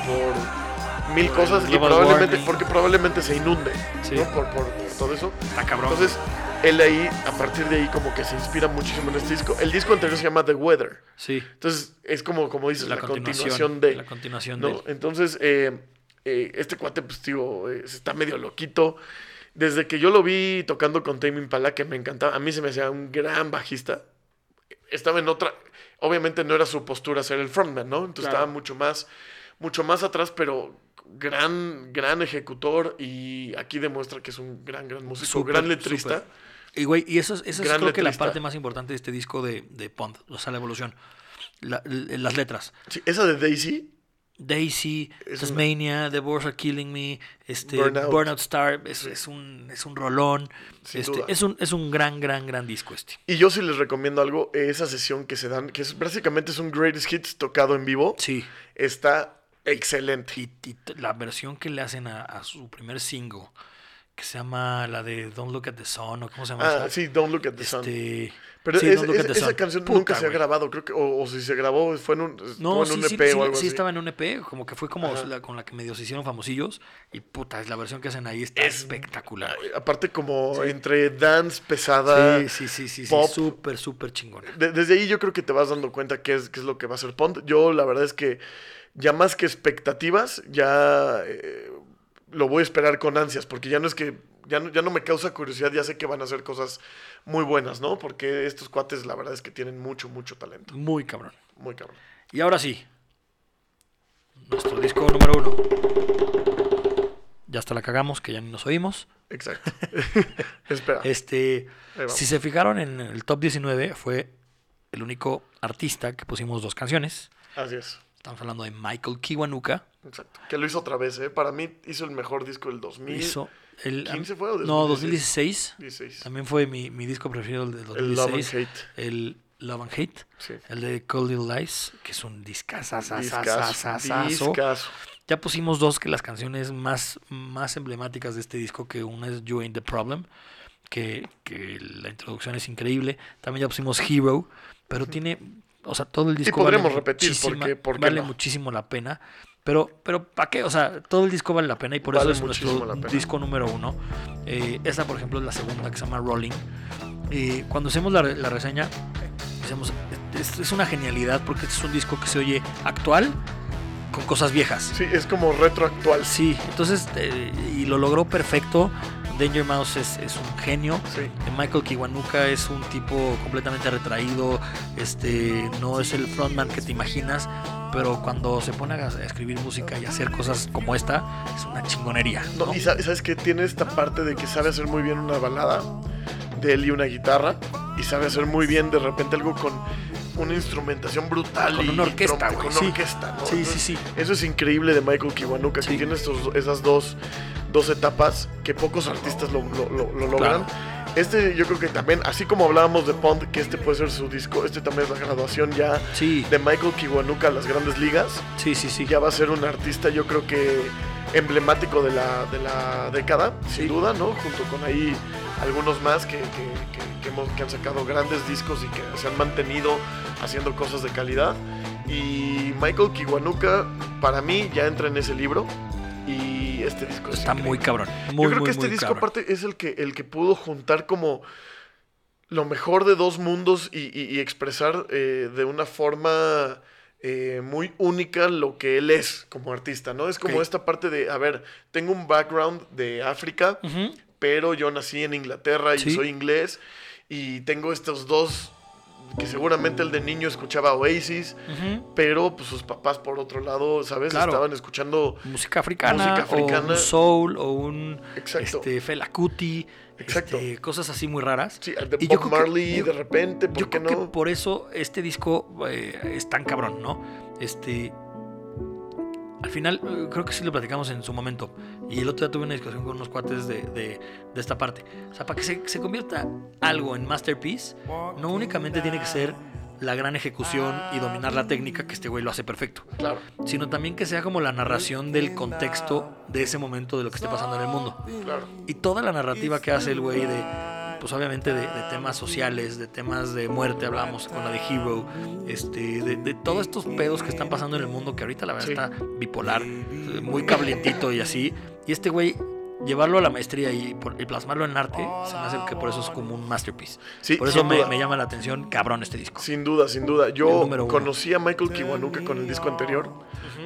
por mil
Por el
cosas, y
global
probablemente,
warming.
porque probablemente se inunde,
Sí.
¿no? Por- por- por todo eso.
Está cabrón.
Entonces, él ahí, a partir de ahí, como que se inspira muchísimo en este disco. El disco anterior se llama The Weather.
sí.
Entonces, es como, como dices, la, continuación,
La
de.
continuación
¿no?
de. él.
Entonces, eh, eh, este cuate, pues, digo, eh, se está medio loquito. Desde que yo lo vi tocando con Tame Impala, que me encantaba, a mí se me hacía un gran bajista. Estaba en otra. Obviamente no era su postura ser el frontman, ¿no? Entonces
Claro.
estaba mucho más, mucho más atrás, pero gran, gran ejecutor. Y aquí demuestra que es un gran, gran músico,
Súper,
gran letrista.
súper. Y güey, y eso, es- eso es
Gran
creo que la
letrista.
parte más importante de este disco de, de Pond, o sea, la evolución. La- l- las letras.
Sí, esa de Daisy,
Daisy,
Es una-
Tasmania, The Boys Are Killing Me, este,
Burnout.
Burnout, Star, es, es un, es un rolón.
Sin
este,
duda.
es, un, es un gran, gran, gran disco este.
y yo sí les recomiendo algo, eh, esa sesión que se dan, que es básicamente es un greatest hits tocado en vivo,
Sí.
está excelente.
Y, y t- la versión que le hacen a, a su primer single, que se llama la de Don't Look at the Sun o cómo se llama
Ah,
esa?
sí, Don't Look at the Sun.
Este,
Pero
sí,
es-
Don't Look
es-
at the
esa
Sun.
canción
Puta,
nunca se ha
güey.
grabado, creo que, o, o si se grabó, fue en un, estuvo
No,
en
sí,
un
sí,
EP
sí,
o algo
sí
así.
estaba en un EP, como que fue como
Ajá.
la- con la que medio se hicieron famosillos. Y puta, es la versión que hacen ahí está
Es-
espectacular. güey.
Ay, Aparte como
Sí.
entre dance pesada.
sí, sí, sí, sí, sí,
pop.
súper, súper chingona.
De- desde ahí yo creo que te vas dando cuenta qué es, qué es lo que va a hacer Pond. Yo la verdad es que ya más que expectativas, ya eh, lo voy a esperar con ansias, porque ya no es que, ya no, ya no me causa curiosidad, ya sé que van a hacer cosas muy buenas, ¿no? Porque estos cuates la verdad es que tienen mucho, mucho talento.
Muy cabrón.
Muy cabrón.
Y ahora sí, nuestro disco número uno. Ya hasta la cagamos, que ya ni nos oímos.
Exacto. (laughs) Espera.
Este,
Ahí vamos.
si se fijaron en el top 19, fue el único artista que pusimos dos canciones.
Así es.
Estamos hablando de Michael Kiwanuka.
Exacto. Que lo hizo otra vez, ¿eh? Para mí hizo el mejor disco del 2000.
Hizo el, a mí-
15 fue o
No,
2016?
2016.
16.
También fue mi, mi disco preferido el de
El Love
2016.
and Hate.
El Love and Hate.
Sí.
El de Cold Little Lies, que es un
Discaso.
discazazazazazo.
Discaso.
Ya pusimos dos que las canciones más, más emblemáticas de este disco, que una es You Ain't the Problem, que, que la introducción es increíble. También ya pusimos Hero, pero tiene, o sea, todo el disco
podríamos repetir,
muchísima-
porque- ¿por qué
vale
no?
muchísimo la pena. Pero, pero ¿para qué? O sea, todo el disco vale la pena y por
Vale
eso es
muchísimo la
nuestro
pena.
disco número uno. Eh, esta, por ejemplo, es la segunda que se llama Rolling. Eh, cuando hacemos la, re- la reseña, decimos, es, es una genialidad porque este es un disco que se oye actual con cosas viejas.
Sí, es como retroactual. Sí.
Sí, entonces, eh, y lo logró perfecto. Danger Mouse es, es un genio. Eh, Michael Kiwanuka es un tipo completamente retraído. Este, no es el frontman que te imaginas, pero cuando se pone a a escribir música y hacer cosas como esta, es una chingonería.
No,
¿no?
Y sa- sabes que tiene esta parte de que sabe hacer muy bien una balada de él y una guitarra. Y sabe hacer muy bien de repente algo con una instrumentación brutal
Con
y
una orquesta,
trompe-
güey,
con
sí.
orquesta, ¿no?
Sí,
Entonces,
sí, sí.
Eso es increíble de Michael Kiwanuka,
Sí.
que tiene estos, esas dos, dos etapas que pocos artistas lo, lo- lo- lo logran. Este yo creo que también, así como hablábamos de Pond, que este puede ser su disco, este también es la graduación ya
Sí,
de Michael Kiwanuka a las grandes ligas.
sí, sí, sí.
Ya va a ser un artista yo creo que emblemático de la, de la década, sin
Sí.
duda, ¿no? Junto con ahí algunos más que, que- que- que hemos- que han sacado grandes discos y que se han mantenido haciendo cosas de calidad. Y Michael Kiwanuka, para mí, ya entra en ese libro. Y este disco es
Está
increíble.
muy cabrón. Muy,
Yo creo
muy,
que este
muy
disco
cabrón.
aparte es el que, el que pudo juntar como lo mejor de dos mundos y, y- y expresar eh, de una forma eh, muy única lo que él es como artista, ¿no? Es como
Ok.
esta parte de, a ver, tengo un background de África,
Ujú.
pero yo nací en Inglaterra y
Sí.
soy inglés y tengo estos dos que seguramente el de niño escuchaba Oasis,
Ujú.
pero pues sus papás por otro lado, ¿sabes?
Claro.
Estaban escuchando...
Música africana,
Música
o
africana.
un soul, o un
Exacto.
este, Fela Kuti,
Exacto.
este, cosas así muy raras.
Sí, de
Y
Bob
yo creo que-
Marley
yo-
de repente, ¿por
Yo
qué
creo que
no?
por eso este disco eh, es tan cabrón, ¿no? Este. Al final, eh, creo que sí lo platicamos en su momento. Y el otro día tuve una discusión con unos cuates de, de- de esta parte. O sea, para que se, se convierta algo en masterpiece, no únicamente tiene que ser la gran ejecución y dominar la técnica, que este güey lo hace perfecto,
Claro.
sino también que sea como la narración del contexto de ese momento de lo que esté pasando en el mundo.
Claro.
Y toda la narrativa que hace el güey de, pues obviamente de, de temas sociales, de temas de muerte, hablamos con la de Hero, este, de, de todos estos pedos que están pasando en el mundo, que ahorita la verdad
Sí.
está bipolar, eh, muy cabletito y así. Y este güey, llevarlo a la maestría y, por- y plasmarlo en arte, se me hace que por eso es como un masterpiece.
Sí,
por eso
sin
me,
duda.
me llama la atención, cabrón, este disco.
Sin duda, sin duda.
El
Yo
número uno.
conocí a Michael Kiwanuka con el disco anterior.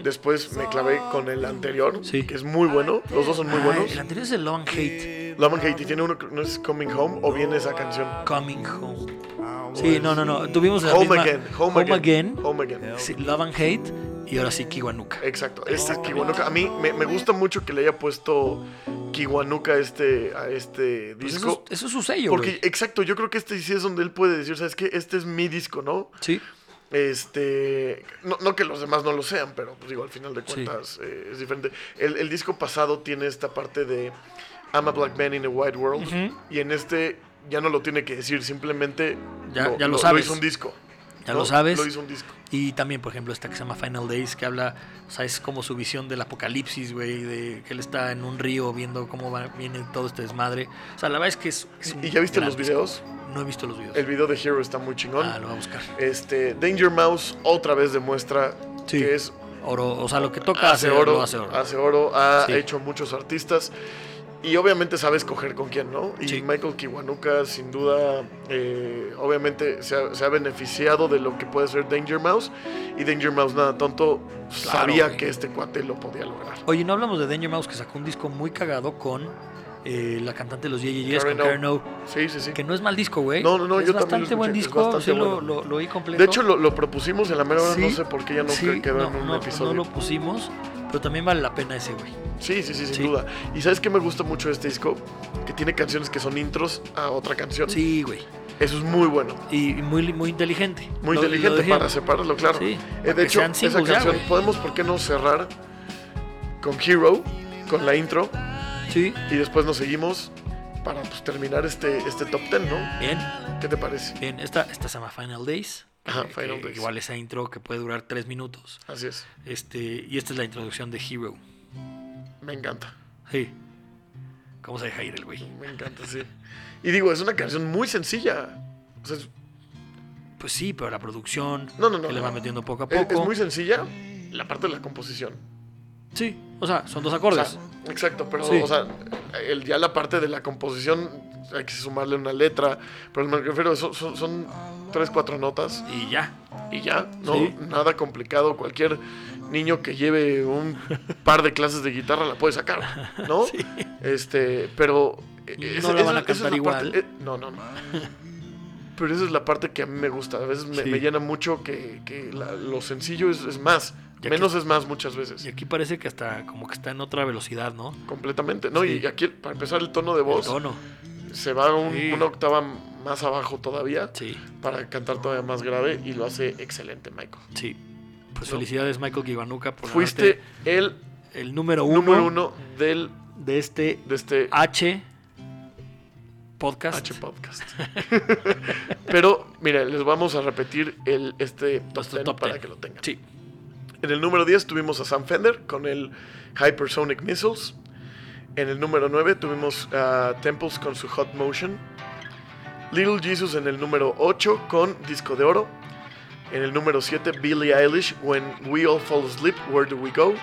Después me clavé con el anterior,
Sí.
que es muy bueno. Los dos son muy
Ah,
buenos.
El anterior es el Long Hate,
Love and Hate y tiene uno que no es Coming Home o bien esa canción.
Coming Home. Sí, no, no, no. Tuvimos Ah. la
Ah, Home
misma-
again, home, again, home again.
sí, Love and Hate y ahora sí Kiwanuka.
Exacto. Esta Kiwanuka. A mí me, me gusta mucho que le haya puesto Kiwanuka este, a este
Pues
disco.
eso, es- eso es su sello,
porque,
güey.
exacto, yo creo que este sí es donde él puede decir, ¿sabes qué? Este es mi disco, ¿no?
Sí,
Este, no, no que los demás no lo sean, pero pues, digo, al final de
Sí.
cuentas eh, es diferente. El, el disco pasado tiene esta parte de I'm a black man in a white world
Ujú.
y en este ya no lo tiene que decir, simplemente
Ya- ya lo sabes.
hizo un disco.
Ya
¿no?
lo sabes.
Lo hizo un disco.
Y también, por ejemplo, esta que se llama Final Days, que habla, o sea, es como su visión del apocalipsis, güey, de que él está en un río viendo cómo va- viene todo este desmadre. O sea, la verdad es que es... es un
¿Y ya viste
gran
los
disco.
videos?
No he visto los videos.
El video de Hero está muy chingón.
Ah, lo voy a buscar.
Este, Danger Mouse otra vez demuestra
Sí.
que es
Oro, o sea, lo que toca hace, oro, lo hace oro.
Ah, hace oro, ha
Sí.
hecho muchos artistas y obviamente sabe escoger con quién, ¿no? Y
Sí.
Michael Kiwanuka sin duda, eh, obviamente se ha, se ha beneficiado de lo que puede ser Danger Mouse y Danger Mouse nada tonto
Claro,
sabía
güey.
que este cuate lo podía lograr.
Oye, no hablamos de Danger Mouse, que sacó un disco muy cagado con eh, la cantante de los Ye
Karen
con
O.
Karen O,
Sí, sí, sí.
que no es mal disco, güey.
No, no, no,
es
yo también lo
bastante buen
escuché, es
disco,
bastante
sí, lo,
bueno.
lo, lo oí completo.
De hecho lo, lo propusimos en la mera hora, no
Sí.
sé por qué ya no
Sí,
quedó
no,
en un
no,
episodio.
no lo pusimos, pero también vale la pena ese, güey.
Sí, sí, sí, sin
Sí.
duda. ¿Y sabes qué me gusta mucho de este disco? Que tiene canciones que son intros a otra canción.
Sí, güey.
Eso es muy bueno.
Y muy, muy inteligente.
Muy
Lo- lo
inteligente
dije.
para separarlo, claro.
Sí,
Eh,
para
de
que
hecho,
sean
esa
singles ya,
canción,
güey.
podemos, ¿por qué no cerrar con Hero, con la intro,
Sí,
y después nos seguimos para pues, terminar este, este top 10, ¿no?
bien,
¿Qué te parece?
bien. Esta, esta se llama Final Days.
Ajá,
que-
Ah, Final
que
Days.
Igual esa intro que puede durar tres minutos.
Así es,
Este, y esta es la introducción de Hero.
me encanta,
Sí. ¿Cómo se deja ir el güey?
me encanta, sí. Y digo, es una canción muy sencilla. O sea, es,
Pues sí, pero la producción
No, no, no,
que le va
no.
metiendo poco a
es-
poco.
es muy sencilla la parte de la composición.
Sí, o sea, son dos
O
acordes.
sea, exacto, pero
Sí.
o sea, el, ya la parte de la composición hay que sumarle una letra, pero me refiero, son, son, son tres, cuatro notas.
y ya.
y ya, ¿no?
Sí.
Nada complicado. Cualquier niño que lleve un par de clases de guitarra la puede sacar, ¿no?
(laughs) Sí.
Este, pero. eh,
No
esa-
la
esa-
van
esa
a
es
cantar
la parte-
igual.
eh, no, no, no. Pero esa es la parte que a mí me gusta. A veces me,
Sí.
me llena mucho que, que la- lo sencillo es, es más.
Ya
Menos es más muchas veces.
Y aquí parece que hasta como que está en otra velocidad, ¿no?
Completamente. No,
Sí.
y aquí, para empezar, el tono de
El
voz
tono.
se va un-
Sí.
una octava más abajo todavía
Sí,
para cantar todavía más grave y lo hace excelente, Michael.
sí. Pues
No.
felicidades, Michael Kiwanuka, por
Fuiste
ganarte
el
el número uno,
número uno del
de este
de este
H podcast.
H podcast. (laughs) Pero mira, les vamos a repetir el este top
Nuestro
10
top
para
10.
que lo tengan.
Sí,
En el número 10 tuvimos a Sam Fender con el Hypersonic Missiles. En el número 9 tuvimos a Temples con su Hot Motion. Little Jesus en el número 8 con Disco de Oro. En el número 7 Billie Eilish When We All Fall Asleep, Where Do We Go?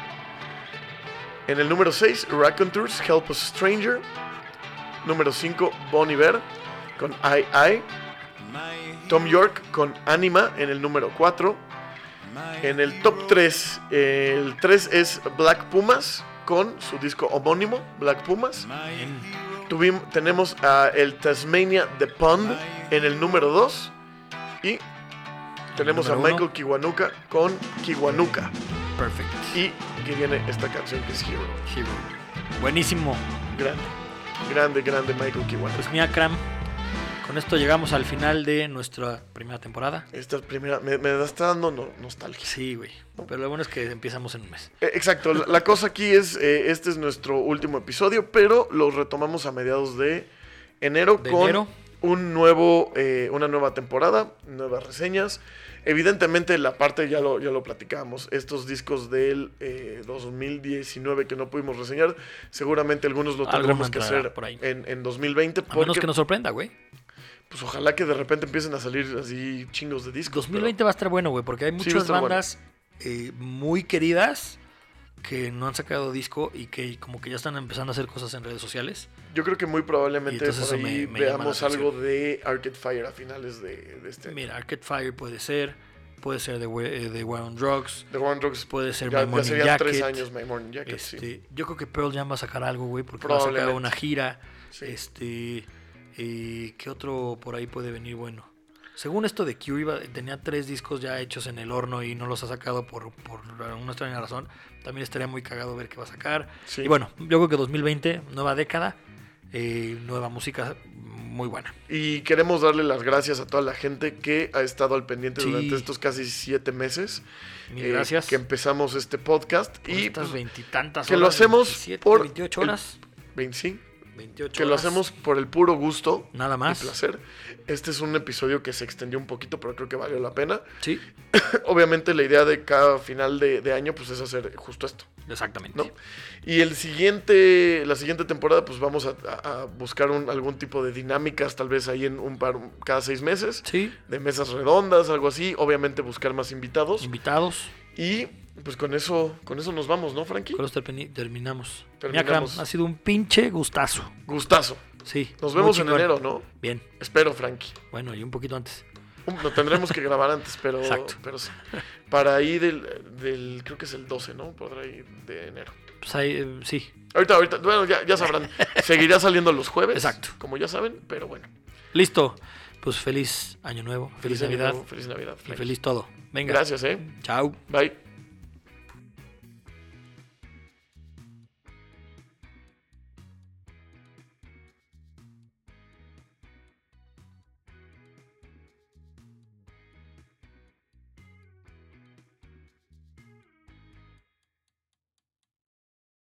En el número 6 Raconteurs Help Us Stranger. Número 5 Bon Iver con I I. Tom York con Anima en el número 4. En el top 3, el 3 es Black Pumas con su disco homónimo, Black Pumas.
bien.
Tuvim- tenemos a el Tasmania The Pond en el número 2. Y tenemos a
número uno.
Michael Kiwanuka con Kiwanuka.
Perfect.
Y que viene esta canción que es Hero.
Hero. Buenísimo.
Grande, grande, grande Michael Kiwanuka.
Pues mira, Cram, con esto llegamos al final de nuestra primera temporada.
Esta primera, me, me está dando no- nostalgia.
Sí, güey. Pero lo bueno es que empezamos en un mes.
Eh, Exacto, la, la cosa aquí es, eh, este es nuestro último episodio, pero lo retomamos a mediados de enero
De
con
enero.
un nuevo, eh, una nueva temporada, nuevas reseñas. Evidentemente la parte ya lo, ya lo platicamos, estos discos del eh, 2019 que no pudimos reseñar, seguramente algunos lo
Alguno
tendremos que
entrará
hacer
por ahí.
en, en 2020,
A menos
porque
que nos sorprenda, güey.
pues, ojalá que de repente empiecen a salir así chingos de discos. pero-
2020 va a estar bueno, güey, porque hay
Sí, va a
muchas
estar
bandas eh, muy queridas que no han sacado disco y que como que ya están empezando a hacer cosas en redes sociales.
Yo creo que muy
Y
probablemente
entonces
por
eso
ahí
me- me llama la
veamos
atención.
algo de Arcade Fire a finales de, de este año.
Mira, Arcade Fire puede ser, puede ser de, We- eh, de War on Drugs,
The One Drugs
puede ser
ya,
My
ya
Morning
serían
Jacket.
tres años My Morning Jacket, sí.
Este, Yo creo que Pearl Jam va a sacar algo, güey, porque va a sacar
Probablemente.
una gira.
Sí.
Este, eh, ¿Qué otro por ahí puede venir bueno? Según esto de Cure, iba- tenía tres discos ya hechos en el horno y no los ha sacado por, por una extraña razón. También estaría muy cagado ver qué va a sacar.
Sí.
Y bueno, yo creo que 2020, nueva década, eh, nueva música muy buena.
Y queremos darle las gracias a toda la gente que ha estado al pendiente
Sí.
durante estos casi siete meses.
Mil
eh,
gracias.
Que empezamos este podcast.
por
y
estas
pues,
veintitantas
que lo
horas,
hacemos
27,
por
28
el-
horas.
25,
28
que lo
horas.
hacemos por el puro gusto
Nada
y
más.
placer. Este es un episodio que se extendió un poquito, pero creo que valió la pena. (laughs)
Sí,
Obviamente la idea de cada final de, de año pues es hacer justo esto,
exactamente.
¿no? Y el siguiente, la siguiente temporada pues vamos a, a- a buscar un- algún tipo de dinámicas, tal vez ahí en un par, cada seis meses,
Sí,
de mesas redondas, algo así. Obviamente buscar más invitados.
invitados.
Y pues con eso, con eso nos vamos, ¿no, Frankie?
Con esto termini- terminamos. Mira, Cram,
Terminamos.
ha sido un pinche gustazo.
Gustazo.
Sí.
Nos
muy
vemos en
chingón.
enero, ¿no?
Bien,
Espero, Frankie.
bueno, y un poquito antes.
Um, Lo tendremos que grabar antes, pero,
Exacto.
pero sí. Para ahí del, del, creo que es el 12, ¿no? Por ahí de enero.
Pues ahí, eh, sí,
Ahorita, ahorita, bueno, ya, ya sabrán. Seguirá saliendo los jueves.
Exacto.
Como ya saben, pero bueno.
listo. Pues feliz año nuevo, feliz,
Año
Navidad
Nuevo, feliz Navidad.
y
Frankie.
feliz todo. Venga,
Gracias, ¿eh?
chao.
Bye.